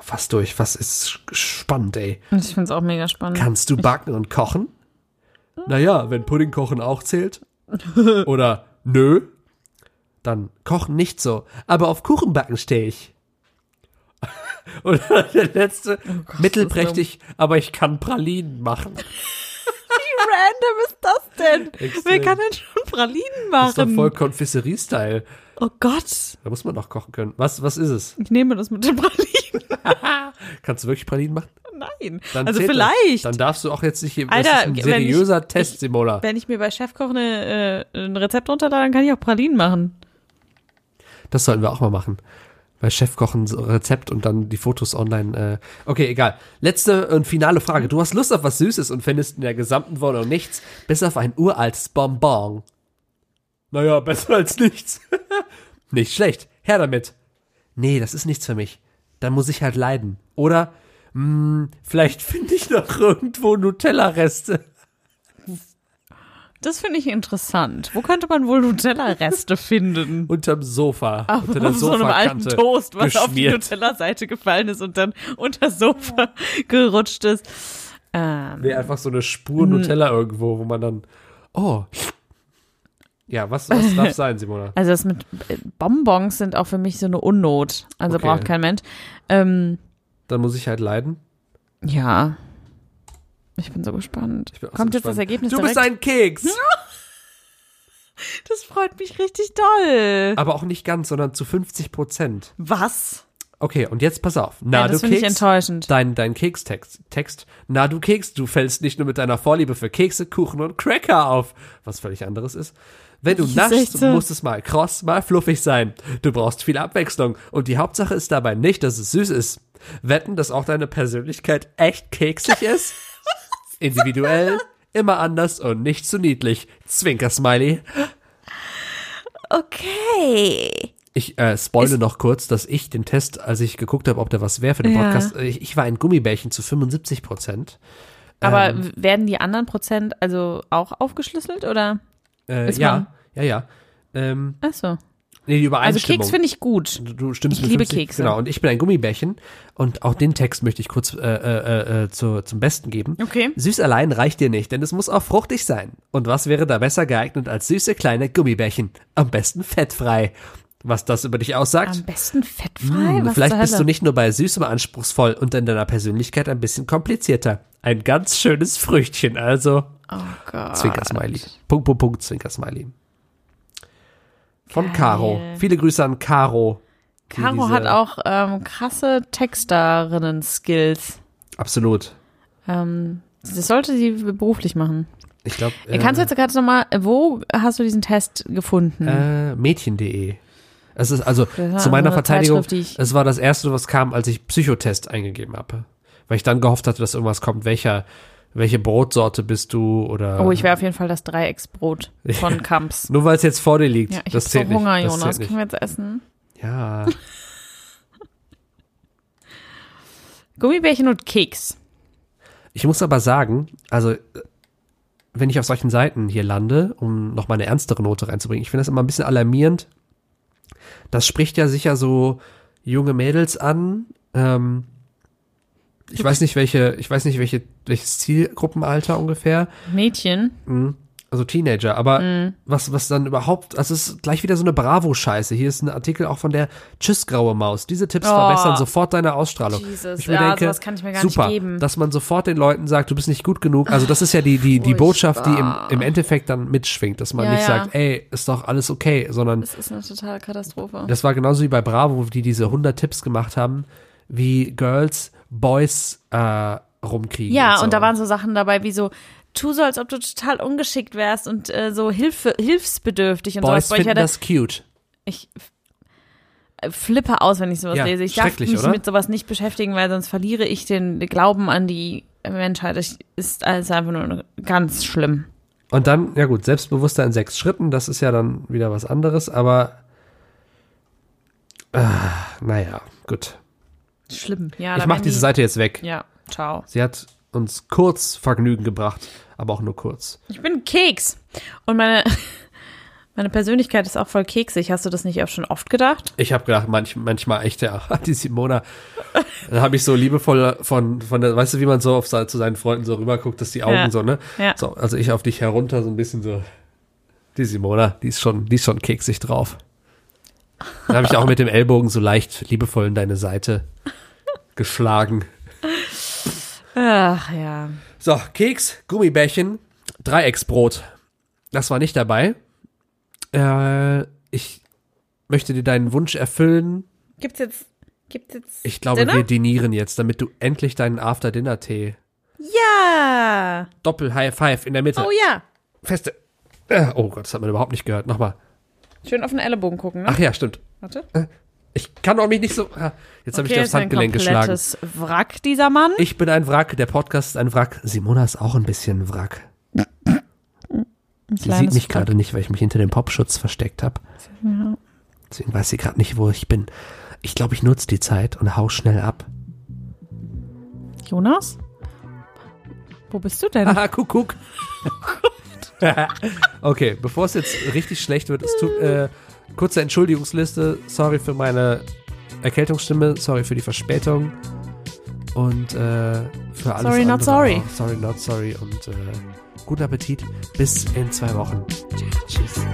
Speaker 2: Fast durch, was ist spannend, ey.
Speaker 4: Ich finde es auch mega spannend.
Speaker 2: Kannst du backen und kochen? Naja, wenn Pudding kochen auch zählt. Oder nö. Dann kochen nicht so. Aber auf Kuchenbacken stehe ich. Und der letzte,
Speaker 4: Oh
Speaker 2: mittelprächtig, aber ich kann Pralinen machen.
Speaker 4: Wie random ist das denn?
Speaker 2: Extrem.
Speaker 4: Wer kann denn schon Pralinen
Speaker 2: Das ist doch
Speaker 4: machen?
Speaker 2: voll Confiserie-Style.
Speaker 4: oh Gott,
Speaker 2: Da muss man doch kochen können. Was, was ist es?
Speaker 4: ich nehme das mit den Pralinen.
Speaker 2: Kannst du wirklich Pralinen machen?
Speaker 4: Nein.
Speaker 2: Dann
Speaker 4: also
Speaker 2: zählt das.
Speaker 4: vielleicht,
Speaker 2: Dann darfst du auch jetzt nicht hier.
Speaker 4: Alter,
Speaker 2: das ist ein
Speaker 4: wenn ich-
Speaker 2: seriöser Testsimulator.
Speaker 4: wenn ich mir bei Chefkoch eine, äh, ein Rezept runterlade, dann kann ich auch Pralinen machen.
Speaker 2: Das sollten wir auch mal machen. Bei Chefkochen so Rezept und dann die Fotos online. Äh. Okay, egal. Letzte und finale Frage. Du hast Lust auf was Süßes und findest in der gesamten Wohnung nichts, bis auf ein uraltes Bonbon. Naja, besser als nichts. Nicht schlecht. Her damit. Nee, das ist nichts für mich. Dann muss ich halt leiden. Oder, mh, vielleicht finde ich noch irgendwo Nutella-Reste.
Speaker 4: Das finde ich interessant. Wo könnte man wohl Nutella-Reste finden?
Speaker 2: Unterm Sofa.
Speaker 4: Auf,
Speaker 2: unter der
Speaker 4: auf so einem alten
Speaker 2: Sofakante.
Speaker 4: Toast, was auf die
Speaker 2: geschmiert.
Speaker 4: Nutella-Seite gefallen ist und dann unter das Sofa gerutscht ist. Ähm,
Speaker 2: Nee, einfach so eine
Speaker 4: Mhm.
Speaker 2: Spur Nutella irgendwo, wo man dann. Oh. Ja, was, was darf sein, Simona?
Speaker 4: also das mit äh, Bonbons sind auch für mich so eine Unnot. Also
Speaker 2: Okay.
Speaker 4: braucht kein Mensch. Ähm,
Speaker 2: Dann muss ich halt leiden.
Speaker 4: ja. Ich bin so gespannt.
Speaker 2: bin auch so
Speaker 4: Kommt jetzt
Speaker 2: gespannt.
Speaker 4: das Ergebnis
Speaker 2: also Du bist
Speaker 4: direkt?
Speaker 2: ein Keks!
Speaker 4: das freut mich richtig doll.
Speaker 2: Aber auch nicht ganz, sondern zu 50 Prozent.
Speaker 4: Was?
Speaker 2: Okay, und jetzt pass auf. Na,
Speaker 4: Ja, das
Speaker 2: du
Speaker 4: finde ich
Speaker 2: Keks.
Speaker 4: enttäuschend.
Speaker 2: Dein, dein Kekstext. Text. Na, du Keks, du fällst nicht nur mit deiner Vorliebe für Kekse, Kuchen und Cracker auf. Was völlig anderes ist. Wenn du
Speaker 4: Ich
Speaker 2: naschst,
Speaker 4: sechte.
Speaker 2: muss es mal kross, mal fluffig sein. Du brauchst viel Abwechslung. Und die Hauptsache ist dabei nicht, dass es süß ist. Wetten, dass auch deine Persönlichkeit echt keksig ist? Individuell, immer anders und nicht zu niedlich. Zwinker-Smiley.
Speaker 4: Okay.
Speaker 2: Ich äh, spoile noch kurz, dass ich den Test, als ich geguckt habe, ob da was wäre für den
Speaker 4: Ja.
Speaker 2: Podcast, äh, ich, ich war ein Gummibärchen zu 75 Prozent.
Speaker 4: Aber
Speaker 2: Ähm.
Speaker 4: w- werden die anderen Prozent also auch aufgeschlüsselt oder?
Speaker 2: Äh,
Speaker 4: Ist
Speaker 2: ja,
Speaker 4: man-
Speaker 2: ja, ja. Ähm,
Speaker 4: Ach so.
Speaker 2: nee, die
Speaker 4: Also
Speaker 2: Übereinstimmung.
Speaker 4: Keks finde ich gut.
Speaker 2: Du- Du stimmst
Speaker 4: Ich
Speaker 2: mit
Speaker 4: liebe
Speaker 2: 50,
Speaker 4: Kekse.
Speaker 2: Genau, und ich bin ein Gummibärchen. Und auch den Text möchte ich kurz äh, äh, äh, zu, zum Besten geben.
Speaker 4: Okay.
Speaker 2: Süß allein reicht dir nicht, denn es muss auch fruchtig sein. Und was wäre da besser geeignet als süße kleine Gummibärchen? Am besten fettfrei. Was das über dich aussagt?
Speaker 4: Am besten fettfrei.
Speaker 2: Hm,
Speaker 4: was
Speaker 2: vielleicht
Speaker 4: zur
Speaker 2: bist du
Speaker 4: Hölle?
Speaker 2: nicht nur bei Süßem anspruchsvoll und in deiner Persönlichkeit ein bisschen komplizierter. Ein ganz schönes Früchtchen, also.
Speaker 4: Oh Gott.
Speaker 2: Zwinkersmiley. Punkt, Punkt, Punkt, Zwinkersmiley. Von Caro. Viele Grüße an Caro. die
Speaker 4: Caro
Speaker 2: diese-
Speaker 4: hat auch ähm, krasse Texterinnen-Skills.
Speaker 2: Absolut.
Speaker 4: Ähm, das sollte sie beruflich machen.
Speaker 2: Ich glaube.
Speaker 4: Kannst du jetzt gerade nochmal, wo hast du diesen Test gefunden?
Speaker 2: Äh, Mädchen.de. Es ist also
Speaker 4: war
Speaker 2: zu meiner
Speaker 4: eine
Speaker 2: Verteidigung,
Speaker 4: Zeitschrift, die ich-
Speaker 2: es war das erste, was kam, als ich Psychotest eingegeben habe. Weil ich dann gehofft hatte, dass irgendwas kommt, welcher, welche Brotsorte bist du oder.
Speaker 4: oh, ich wäre auf jeden Fall das Dreiecksbrot von Kamps.
Speaker 2: Nur weil es jetzt vor dir liegt.
Speaker 4: Ja, ich
Speaker 2: das
Speaker 4: hab so
Speaker 2: zählt nicht.
Speaker 4: Hunger,
Speaker 2: das
Speaker 4: Jonas.
Speaker 2: Zählt
Speaker 4: Können
Speaker 2: nicht.
Speaker 4: wir jetzt essen?
Speaker 2: Ja.
Speaker 4: Gummibärchen und Keks.
Speaker 2: Ich muss aber sagen, also äh, wenn ich auf solchen Seiten hier lande, um nochmal eine ernstere Note reinzubringen, ich finde das immer ein bisschen alarmierend. Das spricht ja sicher so junge Mädels an. Ähm, ich weiß nicht, welche, ich weiß nicht, welche, welches Zielgruppenalter ungefähr.
Speaker 4: Mädchen.
Speaker 2: Also Teenager, aber
Speaker 4: Mhm.
Speaker 2: was, was dann überhaupt, also es ist gleich wieder so eine Bravo-Scheiße. Hier ist ein Artikel auch von der Tschüss, graue Maus. Diese Tipps
Speaker 4: Oh.
Speaker 2: verbessern sofort deine Ausstrahlung.
Speaker 4: Jesus,
Speaker 2: Ich mir
Speaker 4: ja,
Speaker 2: denke,
Speaker 4: sowas kann ich mir gar nicht
Speaker 2: super,
Speaker 4: geben.
Speaker 2: dass man sofort den Leuten sagt, du bist nicht gut genug. Also das ist ja die, die, die
Speaker 4: Furchtbar.
Speaker 2: Botschaft, die im, im Endeffekt dann mitschwingt, dass man
Speaker 4: Ja,
Speaker 2: nicht
Speaker 4: ja.
Speaker 2: sagt, ey, ist doch alles okay, sondern
Speaker 4: Das ist eine totale Katastrophe.
Speaker 2: das war genauso wie bei Bravo, die diese 100 Tipps gemacht haben, wie Girls, Boys, äh, rumkriegen.
Speaker 4: Ja,
Speaker 2: so.
Speaker 4: und da waren so Sachen dabei wie so, tu so, als ob du total ungeschickt wärst und äh, so Hilfe, hilfsbedürftig und
Speaker 2: Boys
Speaker 4: sowas. Boah, ich,
Speaker 2: finden
Speaker 4: werde,
Speaker 2: das cute.
Speaker 4: ich f- flippe aus, wenn ich sowas
Speaker 2: Ja,
Speaker 4: lese. Ich darf
Speaker 2: schrecklich,
Speaker 4: mich
Speaker 2: oder?
Speaker 4: mit sowas nicht beschäftigen, weil sonst verliere ich den Glauben an die Menschheit. Ich, ist alles einfach nur ganz schlimm.
Speaker 2: Und dann, ja gut, selbstbewusster in sechs Schritten, das ist ja dann wieder was anderes, aber ah, naja, gut.
Speaker 4: Schlimm. Ja,
Speaker 2: ich
Speaker 4: da
Speaker 2: mach
Speaker 4: werden
Speaker 2: diese
Speaker 4: die-
Speaker 2: Seite jetzt weg.
Speaker 4: Ja, ciao.
Speaker 2: Sie hat uns kurz Vergnügen gebracht, aber auch nur kurz.
Speaker 4: Ich bin Keks. Und meine, meine Persönlichkeit ist auch voll keksig. Hast du das nicht auch schon oft gedacht?
Speaker 2: Ich habe gedacht, manch, manchmal echt, ja, die Simona. Dann habe ich so liebevoll von, von der, weißt du, wie man so auf, se- zu seinen Freunden so rüberguckt, dass die Augen
Speaker 4: Ja.
Speaker 2: so, ne?
Speaker 4: Ja.
Speaker 2: So, also ich auf dich herunter, so ein bisschen so. Die Simona, die ist schon, die ist schon keksig drauf. Dann habe ich auch mit dem Ellbogen so leicht liebevoll in deine Seite geschlagen.
Speaker 4: Ach ja.
Speaker 2: So, Keks, Gummibärchen, Dreiecksbrot. Das war nicht dabei. Äh, ich möchte dir deinen Wunsch erfüllen.
Speaker 4: Gibt's jetzt, gibt's jetzt.
Speaker 2: Ich glaube,
Speaker 4: Dinner?
Speaker 2: wir dinieren jetzt, damit du endlich deinen After-Dinner-Tee.
Speaker 4: Ja!
Speaker 2: Doppel-High-Five in der Mitte.
Speaker 4: Ah. Oh ja!
Speaker 2: Feste. Äh, oh Gott, das hat man überhaupt nicht gehört. Nochmal.
Speaker 4: Schön auf den Ellenbogen gucken, ne?
Speaker 2: Ach ja, stimmt.
Speaker 4: Warte.
Speaker 2: Ich kann auch mich nicht so. Ah, Jetzt habe ich dir aufs
Speaker 4: ist ein
Speaker 2: Handgelenk geschlagen.
Speaker 4: komplettes Wrack, dieser Mann.
Speaker 2: Ich bin ein Wrack, der Podcast ist ein Wrack. Simona ist auch ein bisschen ein Wrack. Sie sieht mich gerade nicht, weil ich mich hinter dem Popschutz versteckt habe. Deswegen weiß sie gerade nicht, wo ich bin. Ich glaube, ich nutze die Zeit und hau schnell ab.
Speaker 4: Jonas? Wo bist du denn?
Speaker 2: Haha, guck, guck. okay, bevor es jetzt richtig schlecht wird, es tut, äh, kurze Entschuldigungsliste. Sorry für meine Erkältungsstimme, sorry für die Verspätung und äh, für alles
Speaker 4: Sorry,
Speaker 2: andere.
Speaker 4: not sorry.
Speaker 2: auch. Sorry, not sorry und äh, guten Appetit. Bis in zwei Wochen. Tschüss.